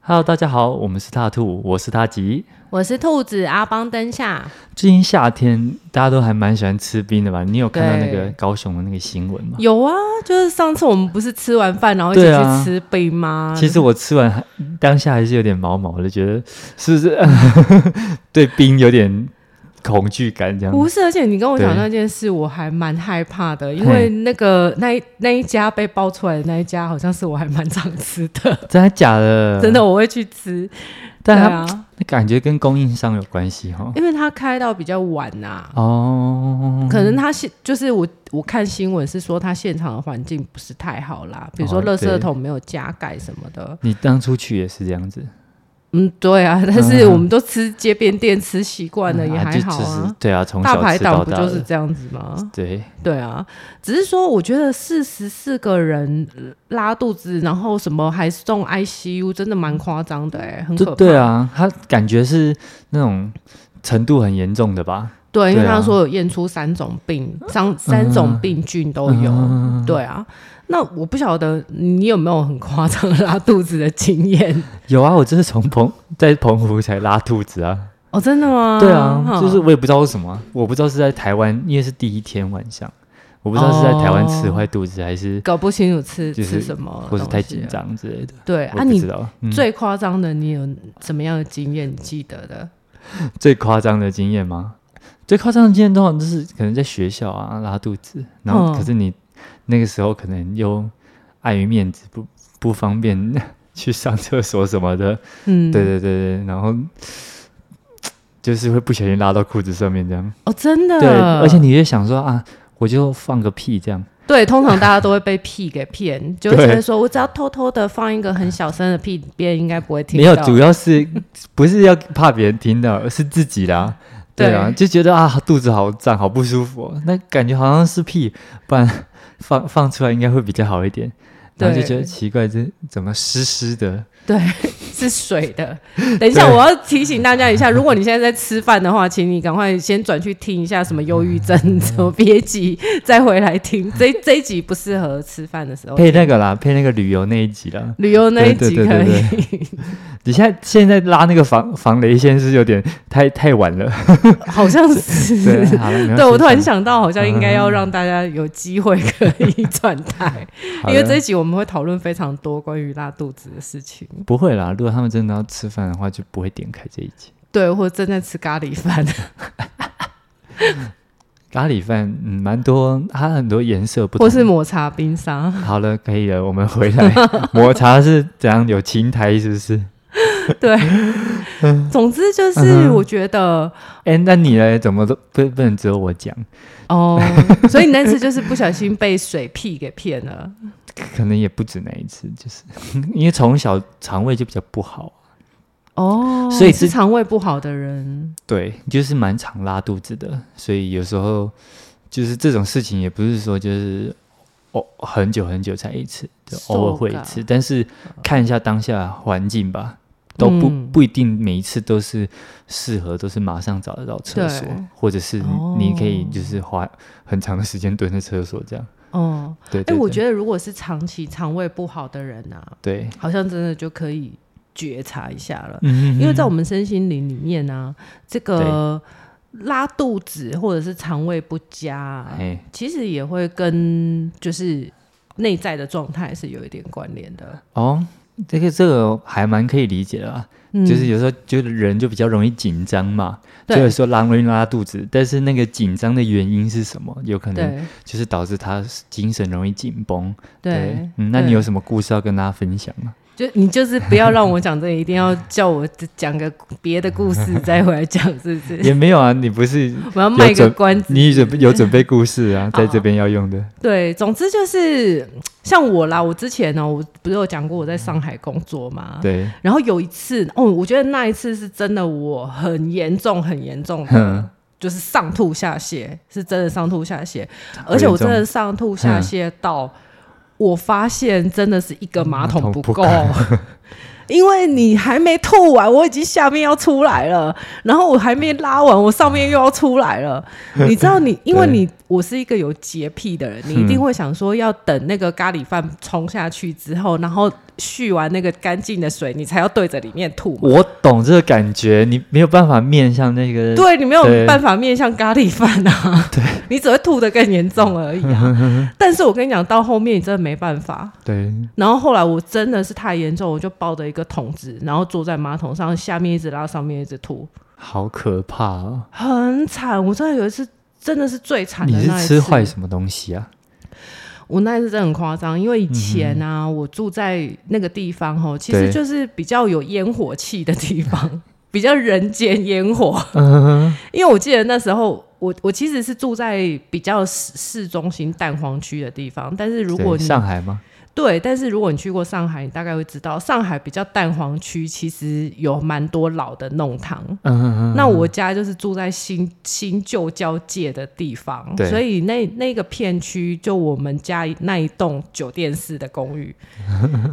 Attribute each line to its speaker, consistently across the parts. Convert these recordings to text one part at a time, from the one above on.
Speaker 1: Hello，大家好，我们是大兔，我是大吉。
Speaker 2: 我是兔子阿邦灯下，
Speaker 1: 最近夏天大家都还蛮喜欢吃冰的吧？你有看到那个
Speaker 2: 对
Speaker 1: 高雄的那个新闻吗？
Speaker 2: 有啊，就是上次我们不是吃完饭然后一起
Speaker 1: 对啊
Speaker 2: 去吃冰吗？
Speaker 1: 其实我吃完还当下还是有点毛毛的，觉得 是不是 对冰有点恐惧感这样
Speaker 2: 不是，而且你跟我讲
Speaker 1: 对
Speaker 2: 那件事，我还蛮害怕的，因为那个那一那一家被爆出来的那一家，好像是我还蛮常吃 的，
Speaker 1: 真的假的？
Speaker 2: 真的，我会去吃。
Speaker 1: 啊但它、
Speaker 2: 对啊，
Speaker 1: 感觉跟供应商有关系哈。
Speaker 2: 因为他开到比较晚呐、
Speaker 1: 哦，
Speaker 2: 可能他现就是我我看新闻是说他现场的环境不是太好啦，比如说
Speaker 1: 哦
Speaker 2: 垃圾
Speaker 1: 对
Speaker 2: 桶没有加盖什么的。
Speaker 1: 你当初去也是这样子，
Speaker 2: 嗯，对啊，但是我们都吃街边店吃习惯了，
Speaker 1: 嗯
Speaker 2: 也
Speaker 1: 啊
Speaker 2: 还
Speaker 1: 就
Speaker 2: 好
Speaker 1: 就是
Speaker 2: 啊。
Speaker 1: 对啊，从
Speaker 2: 大
Speaker 1: 小
Speaker 2: 排
Speaker 1: 吃到
Speaker 2: 档不
Speaker 1: 大
Speaker 2: 就是
Speaker 1: 的，
Speaker 2: 这样子吗？
Speaker 1: 对，
Speaker 2: 对啊，只是说我觉得四十四个人呃拉肚子，然后什么还送 ICU，真的蛮夸张的哎、很可
Speaker 1: 对
Speaker 2: 怕。
Speaker 1: 对，啊，他感觉是那种程度很严重的吧？
Speaker 2: 对，因为
Speaker 1: 对啊
Speaker 2: 他说有验出三种病，三三种病菌都有。
Speaker 1: 嗯
Speaker 2: 对啊，那我不晓得你有没有很夸张的拉肚子的经验
Speaker 1: 有啊，我这是从澎在澎湖才拉肚子啊。
Speaker 2: 哦？真的吗？
Speaker 1: 对啊，
Speaker 2: 哈
Speaker 1: 就是我也不知道为什么啊，我不知道是在台湾，因为是第一天晚上，我不知道是在台湾吃坏肚子还是、
Speaker 2: 搞不清楚吃、
Speaker 1: 就是
Speaker 2: 吃什么，啊
Speaker 1: 或是太紧。张之类的，
Speaker 2: 对
Speaker 1: 我不
Speaker 2: 啊，哦你
Speaker 1: 知道。嗯、
Speaker 2: 最夸张的，你有什么样的经验你记得的？
Speaker 1: 最夸张的经验吗？最夸张的经验通常就是可能在学校啊拉肚子，然后
Speaker 2: 嗯
Speaker 1: 可是你那个时候可能又碍于面子不不方便 去上厕所什么的，
Speaker 2: 嗯，
Speaker 1: 对对对对，然后就是会不小心拉到裤子上面这样，
Speaker 2: 哦，真的，
Speaker 1: 对，而且你就想说啊，我就放个屁这样，
Speaker 2: 对，通常大家都会被屁给 骗，就会
Speaker 1: 对
Speaker 2: 觉得说我只要偷偷的放一个很小声的屁，别人应该不会听
Speaker 1: 没
Speaker 2: 到。
Speaker 1: 有，主要是 不是要怕别人听到，而 是自己啦。对啊，
Speaker 2: 对
Speaker 1: 就觉得啊，肚子好胀，好不舒服、哦，那感觉好像是屁，不然 放放出来应该会比较好一点。然后就
Speaker 2: 对
Speaker 1: 觉得奇怪，这怎么湿湿的？
Speaker 2: 对 是水的。等一下，
Speaker 1: 对
Speaker 2: 我要提醒大家一下，如果你现在在吃饭的话，请你赶快先转去听一下什么忧郁症、什么憋急，再回来听。 这这一集不适合吃饭的时候。
Speaker 1: 配那个啦，配那个旅游那一集啦。
Speaker 2: 旅游那一
Speaker 1: 对
Speaker 2: 集
Speaker 1: 对
Speaker 2: 可
Speaker 1: 对对
Speaker 2: 以，
Speaker 1: 你现在现在拉那个防防雷线是有点太太晚 了。
Speaker 2: 好像是。
Speaker 1: 对，啊嗯好了，没关
Speaker 2: 对，
Speaker 1: 系
Speaker 2: 我突然，想到，好像应该要让大家有机会可以转台，
Speaker 1: 好
Speaker 2: 因为
Speaker 1: 了
Speaker 2: 这一集我们会讨论非常多关于拉肚子的事情，
Speaker 1: 不会啦。如果他们真的要吃饭的话，就不会点开这一集。
Speaker 2: 对，或者正在吃咖喱饭，
Speaker 1: 咖喱饭，嗯，蛮多，它很多颜色不同。
Speaker 2: 或是抹茶冰沙。
Speaker 1: 好了，可以了，我们回 来。抹茶是怎样有青苔是不是？
Speaker 2: 对，
Speaker 1: 嗯
Speaker 2: 总之就是我觉得、
Speaker 1: 哎、那你嘞？怎么都不不能只有我讲？
Speaker 2: 哦，所以你那次就是不小心被水屁给骗了。
Speaker 1: 可能也不止那一次，就是 因为从小肠胃就比较不好，啊
Speaker 2: 哦，
Speaker 1: 所以
Speaker 2: 你是
Speaker 1: 是
Speaker 2: 肠胃不好的人，
Speaker 1: 对，就是蛮常拉肚子的，所以有时候就是这种事情也不是说就是哦很久很久才一次，就偶尔会一次，
Speaker 2: So-ga
Speaker 1: 但是看一下当下环境吧。都不
Speaker 2: 嗯
Speaker 1: 不一定每一次都是适合，都是马上找得到厕所
Speaker 2: 对，
Speaker 1: 或者是你可以
Speaker 2: 哦
Speaker 1: 就是花很长的时间蹲在厕所这样。
Speaker 2: 哦，
Speaker 1: 对
Speaker 2: 哎、
Speaker 1: 对对，
Speaker 2: 我觉得如果是长期肠胃不好的人啊，
Speaker 1: 对，
Speaker 2: 好像真的就可以觉察一下了。
Speaker 1: 嗯
Speaker 2: 因为在我
Speaker 1: 们
Speaker 2: 们身心灵里面呢、这个拉肚子或者是肠胃不佳啊、
Speaker 1: 哎
Speaker 2: 其实也会跟就是内在的状态是有一点关联的。
Speaker 1: 哦，这个这个还蛮可以理解的啊，
Speaker 2: 嗯
Speaker 1: 就是有时候就是人就比较容易紧张嘛，就
Speaker 2: 对
Speaker 1: 是说拉容易拉肚子，但是那个紧张的原因是什么？有可能
Speaker 2: 对
Speaker 1: 就是导致他精神容易紧绷。
Speaker 2: 对，
Speaker 1: 嗯，那你有
Speaker 2: 对
Speaker 1: 什么故事要跟大家分享 吗？
Speaker 2: 就你就是不要让我讲这个，一定要叫我讲个别的故事再回来讲，是不是？
Speaker 1: 也没 有啊，你不是
Speaker 2: 我要卖
Speaker 1: 有
Speaker 2: 个
Speaker 1: 准
Speaker 2: 关子。
Speaker 1: 你准备有准备故事 啊，在这边要用的。
Speaker 2: 对，总之就是像我啦，我之前呢、我不是有讲过我在上海工作嘛，
Speaker 1: 对，
Speaker 2: 然后有一次，哦，我觉得那一次是真的，我很严重、很严重
Speaker 1: 哼
Speaker 2: 的，就是上吐下泻，是真的上吐下泻，
Speaker 1: 好
Speaker 2: 而且我
Speaker 1: 严重
Speaker 2: 真的上吐下泻到我发现真的是一个马桶不够
Speaker 1: 嗯马。
Speaker 2: 因为你还没吐完，我已经下面要出来了，然后我还没拉完，我上面又要出来了。你知道 你，因为你我是一个有洁癖的人，你一定会想说要等那个咖喱饭冲下去之后，然后蓄完那个干净的水，你才要对着里面吐嘛。
Speaker 1: 我懂这个感觉，你没有办法面向那个，
Speaker 2: 对你没有
Speaker 1: 对
Speaker 2: 办法面向咖喱饭 啊，对，你只会吐得更严重而已啊。但是我跟你讲，到后面你真的没办法。
Speaker 1: 对
Speaker 2: 然后后来我真的是太严重，我就抱着一个桶子，然后坐在马桶上，下面一直拉，上面一直吐，
Speaker 1: 好可怕哦！
Speaker 2: 很惨。我真的有一次真的是最惨的
Speaker 1: 你
Speaker 2: 那一次。
Speaker 1: 是吃坏什么东西啊？
Speaker 2: 我那一次真的很夸张，因为以前啊，我住在那个地方吼，其实
Speaker 1: 对
Speaker 2: 就是比较有烟火气的地方， 比较人间烟火。因为我记得那时候，我我其实是住在比较市市中心蛋黄区的地方，但是如果
Speaker 1: 对
Speaker 2: 你
Speaker 1: 上海吗？
Speaker 2: 对，但是如果你去过上海，你大概会知道，上海比较蛋黄区其实有蛮多老的弄堂。
Speaker 1: 嗯哼哼，
Speaker 2: 那我家就是住在新新旧交界的地方，
Speaker 1: 对
Speaker 2: 所以那那个片区就我们家那一栋酒店式的 公寓，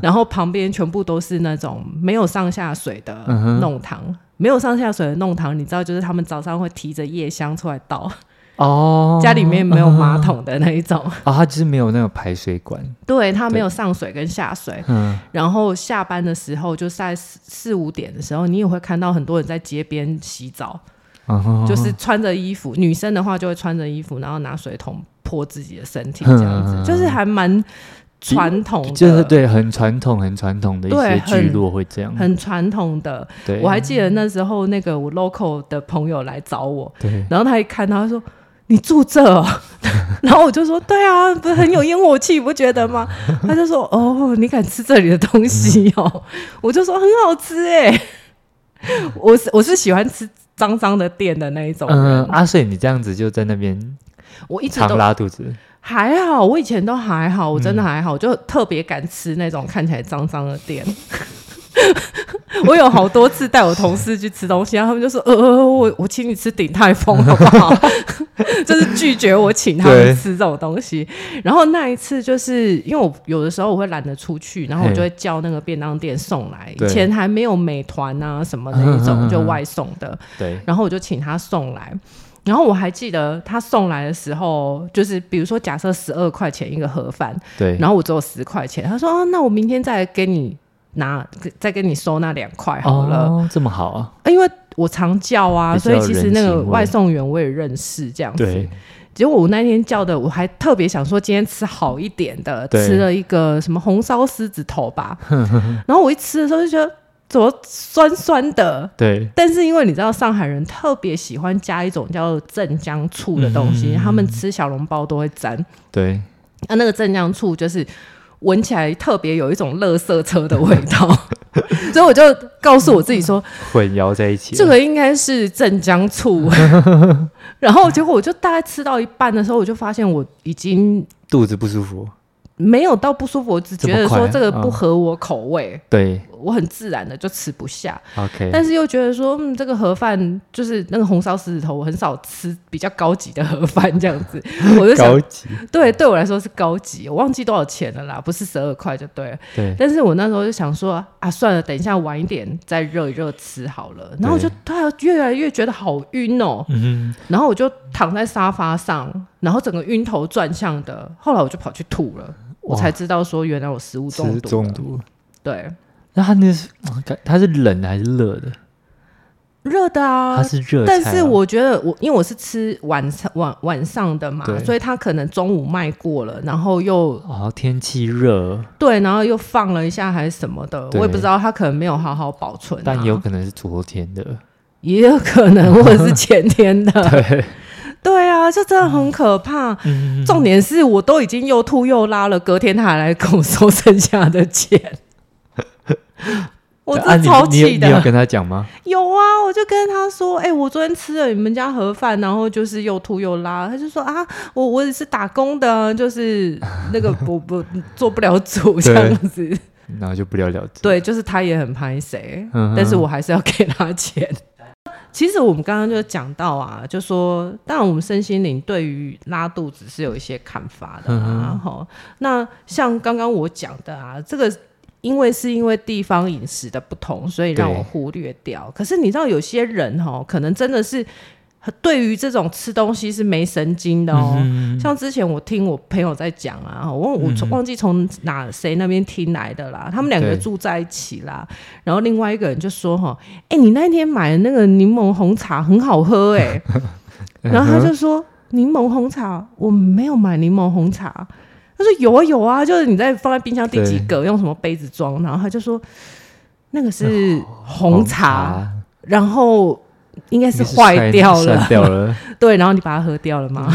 Speaker 2: 然后旁边全部都是那种没有上下水的
Speaker 1: 嗯
Speaker 2: 弄堂。没有上下水的弄堂，你知道，就是他们早上会提着夜香出来倒，
Speaker 1: 哦，
Speaker 2: 家里面没有马桶的那 一种。
Speaker 1: 啊，它就是没有那个排水管，
Speaker 2: 对，它没有上水跟下水。
Speaker 1: 嗯，
Speaker 2: 然后下班的时候，就在四四五点的时候，你也会看到很多人在街边洗澡，
Speaker 1: 哦
Speaker 2: 就是穿着衣服，女生的话就会穿着衣服，然后拿水桶泼自己的身体，这样子，
Speaker 1: 嗯
Speaker 2: 就是还蛮传统的，
Speaker 1: 就是对，很传统、很传统的一
Speaker 2: 对
Speaker 1: 些
Speaker 2: 很
Speaker 1: 聚落会这样。
Speaker 2: 很传统的。
Speaker 1: 对，
Speaker 2: 我还记得那时候那个我 local 的朋友来找我，
Speaker 1: 对
Speaker 2: 然后他一看到，他说：“你住这、哦？” 然后我就说：“对啊，不是很有烟火气，不觉得吗？” 他就说：“哦，你敢吃这里的东西哦？” 我就说：“很好吃哎、我是我是喜欢吃脏脏的店的那一种人，
Speaker 1: 嗯，阿水，你这样子就在那边
Speaker 2: 我一直
Speaker 1: 常
Speaker 2: 都
Speaker 1: 拉肚子，
Speaker 2: 还好，我以前都还好，
Speaker 1: 嗯
Speaker 2: 我真的还好，就特别敢吃那种看起来脏脏的店。 我有好多次带我同事去吃东西，然后他们就说：“呃，我我请你吃鼎泰丰好不好？” 就是拒绝我请他们
Speaker 1: 对
Speaker 2: 吃这种东西。然后那一次，就是因为我有的时候我会懒得出去，然后我
Speaker 1: 嘿
Speaker 2: 就会叫那个便当店送来。以
Speaker 1: 对嗯
Speaker 2: 前还没有美团啊什么那一种，就外送的。
Speaker 1: 对，
Speaker 2: 然后我就请他送来。然后我还记得他送来的时候，就是比如说假设十二块钱一个盒饭，
Speaker 1: 对，
Speaker 2: 然后我只有十块钱，他说：“哦，那我明天再给你拿，再给你收那两块好了。
Speaker 1: 哦，这么好啊，
Speaker 2: 啊因为我常叫啊，
Speaker 1: 比
Speaker 2: 所以
Speaker 1: 较
Speaker 2: 其实
Speaker 1: 人
Speaker 2: 那
Speaker 1: 情
Speaker 2: 个
Speaker 1: 味
Speaker 2: 外送员我也认识这样子。
Speaker 1: 对，
Speaker 2: 结果我那天叫的，我还特别想说今天吃好一点的，
Speaker 1: 对
Speaker 2: 吃了一个什么红烧狮子头 吧。然后我一吃的时候就觉得怎么酸酸的，
Speaker 1: 对，
Speaker 2: 但是因为你知道上海人特别喜欢加一种叫镇江醋的东西，
Speaker 1: 嗯
Speaker 2: 他们吃小笼包都会沾。
Speaker 1: 对，
Speaker 2: 那、那个镇江醋就是闻起来特别有一种垃圾车的味 道，所以我就告诉我自己说，
Speaker 1: 混淆在一起了，
Speaker 2: 这个应该是镇 江醋。然后结果我就大概吃到一半的时候，我就发现我已经
Speaker 1: 肚子不舒服，
Speaker 2: 没有到不舒服，我只觉
Speaker 1: 这
Speaker 2: 得
Speaker 1: 么快
Speaker 2: 说这个不
Speaker 1: 嗯
Speaker 2: 合我口味，
Speaker 1: 对
Speaker 2: 我很自然的就吃不下。
Speaker 1: ，OK，
Speaker 2: 但是又觉得说，嗯，这个盒饭就是那个红烧狮子头，我很少吃比较高级的盒饭这样子， 我就想
Speaker 1: 高，级，
Speaker 2: 对，对我来说是高级，我忘记多少钱了啦，不是十二块就对了。
Speaker 1: 对，
Speaker 2: 但是我那时候就想说，啊，算了，等一下晚一点再热一热吃好了。然后我就突然越来越觉得好晕哦，
Speaker 1: 嗯
Speaker 2: 然后我就躺在沙发上，然后整个晕头转向的。后来我就跑去吐了，我
Speaker 1: 哇
Speaker 2: 才知道说原来我食物
Speaker 1: 哼，
Speaker 2: 中
Speaker 1: 吃
Speaker 2: 毒。
Speaker 1: 中。毒，
Speaker 2: 对，
Speaker 1: 那它那是哦它是冷的还是热的？
Speaker 2: 热的啊，
Speaker 1: 它是热菜
Speaker 2: 但
Speaker 1: 啊，
Speaker 2: 是我觉得我因为我是吃晚餐晚晚上的嘛，
Speaker 1: 对
Speaker 2: 所以他可能中午卖过了，然后又
Speaker 1: 哦，天气热，
Speaker 2: 对，然后又放了一下还是什么的，我
Speaker 1: 对
Speaker 2: 也不知道他可能没有好好保存、啊，
Speaker 1: 但也有可能是昨天的，
Speaker 2: 也有可能或者是前天的， 对啊，这真的很可怕。
Speaker 1: 嗯，
Speaker 2: 重点是我都已经又吐又拉了，隔天他还来跟我收剩下 的钱。 我
Speaker 1: 对啊
Speaker 2: 真
Speaker 1: 你
Speaker 2: 超
Speaker 1: 你有
Speaker 2: 气的、
Speaker 1: 你有跟他讲吗？
Speaker 2: 有啊，我就跟他说，哎、我昨天吃了你们家盒饭，然后就是又吐又拉。他就说啊，我我也是打工的，啊就是 那个不不做不了主这样子。
Speaker 1: 然后就不了了之，
Speaker 2: 对，就是他也很拍谁，
Speaker 1: 嗯哼
Speaker 2: 但是我还是要给他钱。 其实我们刚刚就讲到啊，就说，当然我们身心灵对于拉肚子是有一些看法的
Speaker 1: 嗯
Speaker 2: 啊。吼、那像刚刚我讲的啊，这个因为是因为地方饮食的不同，所以让
Speaker 1: 对
Speaker 2: 我忽略掉。可是你知道，有些人哈、可能真的是对于这种吃东西是没神经的哦。
Speaker 1: 嗯
Speaker 2: 像之前我听我朋友在讲啊，我忘我从忘记从哪谁那边听来的啦，他们两个
Speaker 1: 对
Speaker 2: 住在一起啦，然后另外一个人就说哈，哎、你那天买的那个柠檬红茶很好喝哎、 然后他就说柠檬红茶我没有买柠檬红茶，他说有啊有啊，就是你在放在冰箱第几格，用什么杯子装，然后他就说那个是红茶，然后应该是
Speaker 1: 应该
Speaker 2: 坏掉
Speaker 1: 散
Speaker 2: 了
Speaker 1: 散，掉了，
Speaker 2: 对，然后你把它喝掉了 吗？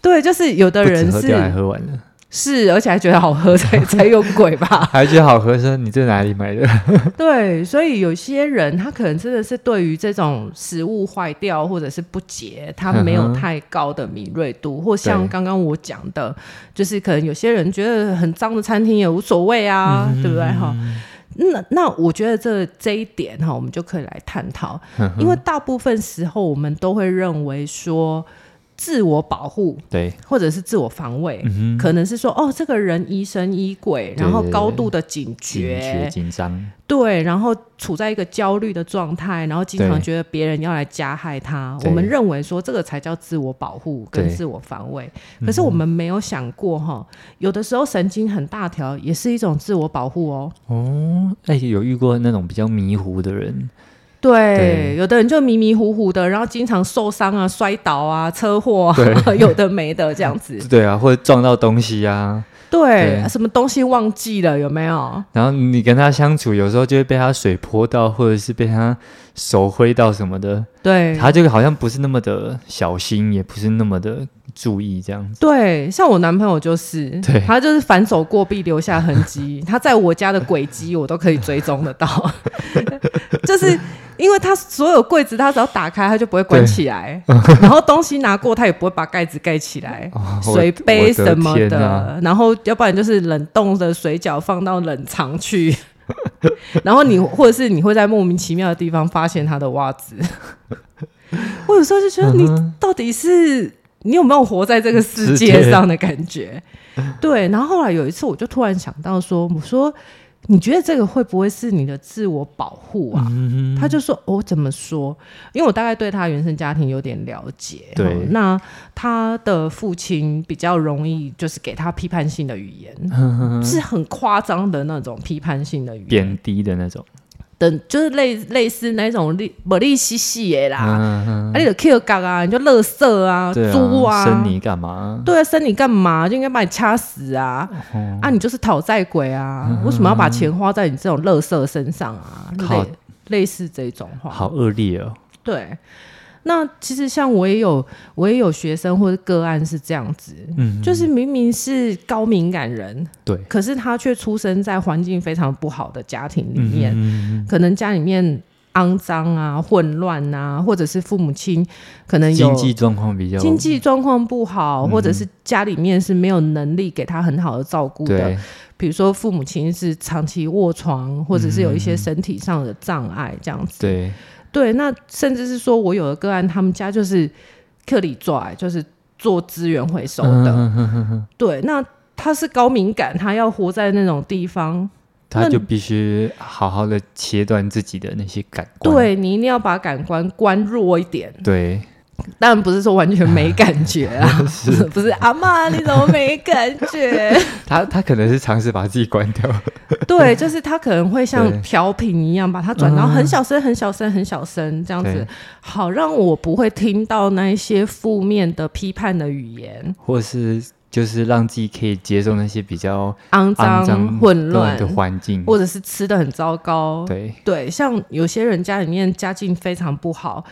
Speaker 2: 对，就是有 的
Speaker 1: 不止
Speaker 2: 人
Speaker 1: 喝掉还
Speaker 2: 是
Speaker 1: 喝完了，
Speaker 2: 是，而且还觉得好喝 才才有鬼吧？
Speaker 1: 还觉得好喝，说你这哪里买的？
Speaker 2: 对，所以有些人他可能真的是对于这种食物坏掉或者是不洁，他没有
Speaker 1: 嗯哼
Speaker 2: 太高的敏锐度，或像
Speaker 1: 对
Speaker 2: 刚刚我讲的，就是可能有些人觉得很脏的餐厅也无所谓啊，对不对哈？那那我觉得这这一点哈，我们就可以来探讨，因为大部分时候我们都会认为说自我保护
Speaker 1: 对，
Speaker 2: 或者是自我防卫，
Speaker 1: 嗯哼，
Speaker 2: 可能是说哦，这个人疑神疑鬼，然后
Speaker 1: 对对对
Speaker 2: 高度的警
Speaker 1: 警
Speaker 2: 觉，
Speaker 1: 觉紧张，
Speaker 2: 对，然后处在一个焦虑的状态，然后经常
Speaker 1: 对
Speaker 2: 觉得别人要来加害他，
Speaker 1: 对
Speaker 2: 我们认为说这个才叫自我保护跟
Speaker 1: 对嗯
Speaker 2: 自我防卫，可是我们没有想过哈，有的时候神经很大条也是一种自我保护哦。
Speaker 1: 哦，哎，有遇过那种比较迷糊的人，
Speaker 2: 对，
Speaker 1: 对
Speaker 2: 有的人就迷迷糊糊的，然后经常受伤啊、摔倒啊、车祸啊， 有的没的这样子。
Speaker 1: 对啊，或者撞到东西啊，
Speaker 2: 对，
Speaker 1: 对
Speaker 2: 什么东西忘记了有没有？
Speaker 1: 然后你跟他相处，有时候就会被他水泼到，或者是被他手挥到什么的，
Speaker 2: 对，
Speaker 1: 他就好像不是那么的小心，也不是那么的注意这样子。
Speaker 2: 对，像我男朋友就是，
Speaker 1: 对
Speaker 2: 他就是反手过壁留下痕迹，他在我家的轨迹我都可以追踪得到， 就是因为他所有柜子他只要打开他就不会关起来，然后东西拿过他也不会把盖子盖起来，
Speaker 1: 哦我
Speaker 2: 水杯
Speaker 1: 我的
Speaker 2: 什么
Speaker 1: 天啊
Speaker 2: 的，
Speaker 1: 哪
Speaker 2: 然后要不然就是冷冻的水饺放到冷藏去。 然后你或者是你会在莫名其妙的地方发现他的袜子， 我有时候就觉得
Speaker 1: 嗯
Speaker 2: 你到底是你有没有活在这个世界上的感觉？对。然后后来有一次，我就突然想到说，我说你觉得这个会不会是你的自我保护啊？
Speaker 1: 嗯
Speaker 2: 他就说：“我、怎么说？因为我大概对他原生家庭有点了解。
Speaker 1: 对
Speaker 2: 哦那他的父亲比较容易就是给他批判性的语言，
Speaker 1: 嗯
Speaker 2: 是很夸张的那种批判性的语言，
Speaker 1: 贬低的那种，
Speaker 2: 等就是类类似那种利不利兮兮的啦，
Speaker 1: 嗯，
Speaker 2: 啊，你就 Q 杠啊，你就垃圾啊，
Speaker 1: 对
Speaker 2: 猪
Speaker 1: 啊，
Speaker 2: 啊，
Speaker 1: 生你干嘛？
Speaker 2: 对啊，生你干嘛？就应该把你掐死啊！
Speaker 1: 哦
Speaker 2: 啊，你就是讨债鬼
Speaker 1: 嗯
Speaker 2: 啊！为什么要把钱花在你这种垃圾身上啊？
Speaker 1: 靠
Speaker 2: 类类似这种话，
Speaker 1: 好恶劣哦，
Speaker 2: 对。那其实像我也有，我也有学生或者个案是这样子，
Speaker 1: 嗯
Speaker 2: 就是明明是高敏感人，
Speaker 1: 对
Speaker 2: 可是他却出生在环境非常不好的家庭里面，
Speaker 1: 嗯，
Speaker 2: 可能家里面肮脏啊、混乱啊，或者是父母亲可能有
Speaker 1: 经济状况比较
Speaker 2: 经济状况不好，
Speaker 1: 嗯
Speaker 2: 或者是家里面是没有能力给他很好的照顾的
Speaker 1: 对，，
Speaker 2: 比如说父母亲是长期卧床，或者是有一
Speaker 1: 嗯
Speaker 2: 些身体上的障碍这样子。
Speaker 1: 对，
Speaker 2: 对，那甚至是说我有的个案，他们家就是克里拽，就是做资源回收
Speaker 1: 嗯
Speaker 2: 的。对，那他是高敏感，他要活在那种地方，
Speaker 1: 他就必须好好的切断自己的那些感官，
Speaker 2: 对你一定要把感官关弱一点。
Speaker 1: 对，
Speaker 2: 当然不是说完全没感觉 啊， 不是阿妈你怎么没感觉？
Speaker 1: 他他可能是尝试把自己关掉，
Speaker 2: 对，就是他可能会像
Speaker 1: 对嗯
Speaker 2: 调频一样，把它转到很小声、很小声、很小声这样子
Speaker 1: 对，
Speaker 2: 好让我不会听到那一些负面的批判的语言、
Speaker 1: 或是就是让自己可以接受那些比较
Speaker 2: 肮
Speaker 1: 肮
Speaker 2: 脏、
Speaker 1: 脏
Speaker 2: 混乱
Speaker 1: 的，环境，
Speaker 2: 或者是吃的很糟糕。
Speaker 1: 对，
Speaker 2: 对，像有些人家里面家境非常不好，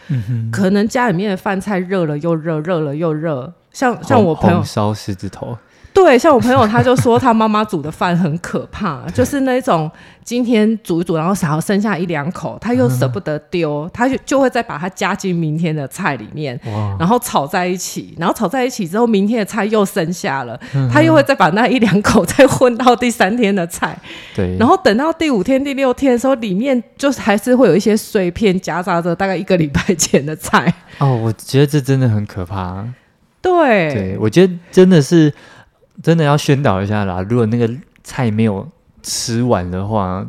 Speaker 2: 可能家里面的饭菜热了又热，热了又热。像像我
Speaker 1: 红
Speaker 2: 朋友
Speaker 1: 红，烧狮子头，
Speaker 2: 对，像我朋友他就说他妈妈煮的饭很可怕，就是那种今天煮一煮，然后想要剩下一两口，他又舍不得丢，他就就会再把它加进明天的菜里面，
Speaker 1: 哇，
Speaker 2: 然后炒在一起，然后炒在一起之后，明天的菜又剩下了，他又会再把那一两口 再混到第三天的菜，
Speaker 1: 对，
Speaker 2: 然后等到第五天、第六天的时候，里面就是还是会有一些碎片夹杂着大概一个礼拜前 的菜，
Speaker 1: 哦，我觉得这真的很可怕、啊
Speaker 2: 对
Speaker 1: 对，我觉得真的是真的要宣导一下啦。如果那个菜没有吃完的话，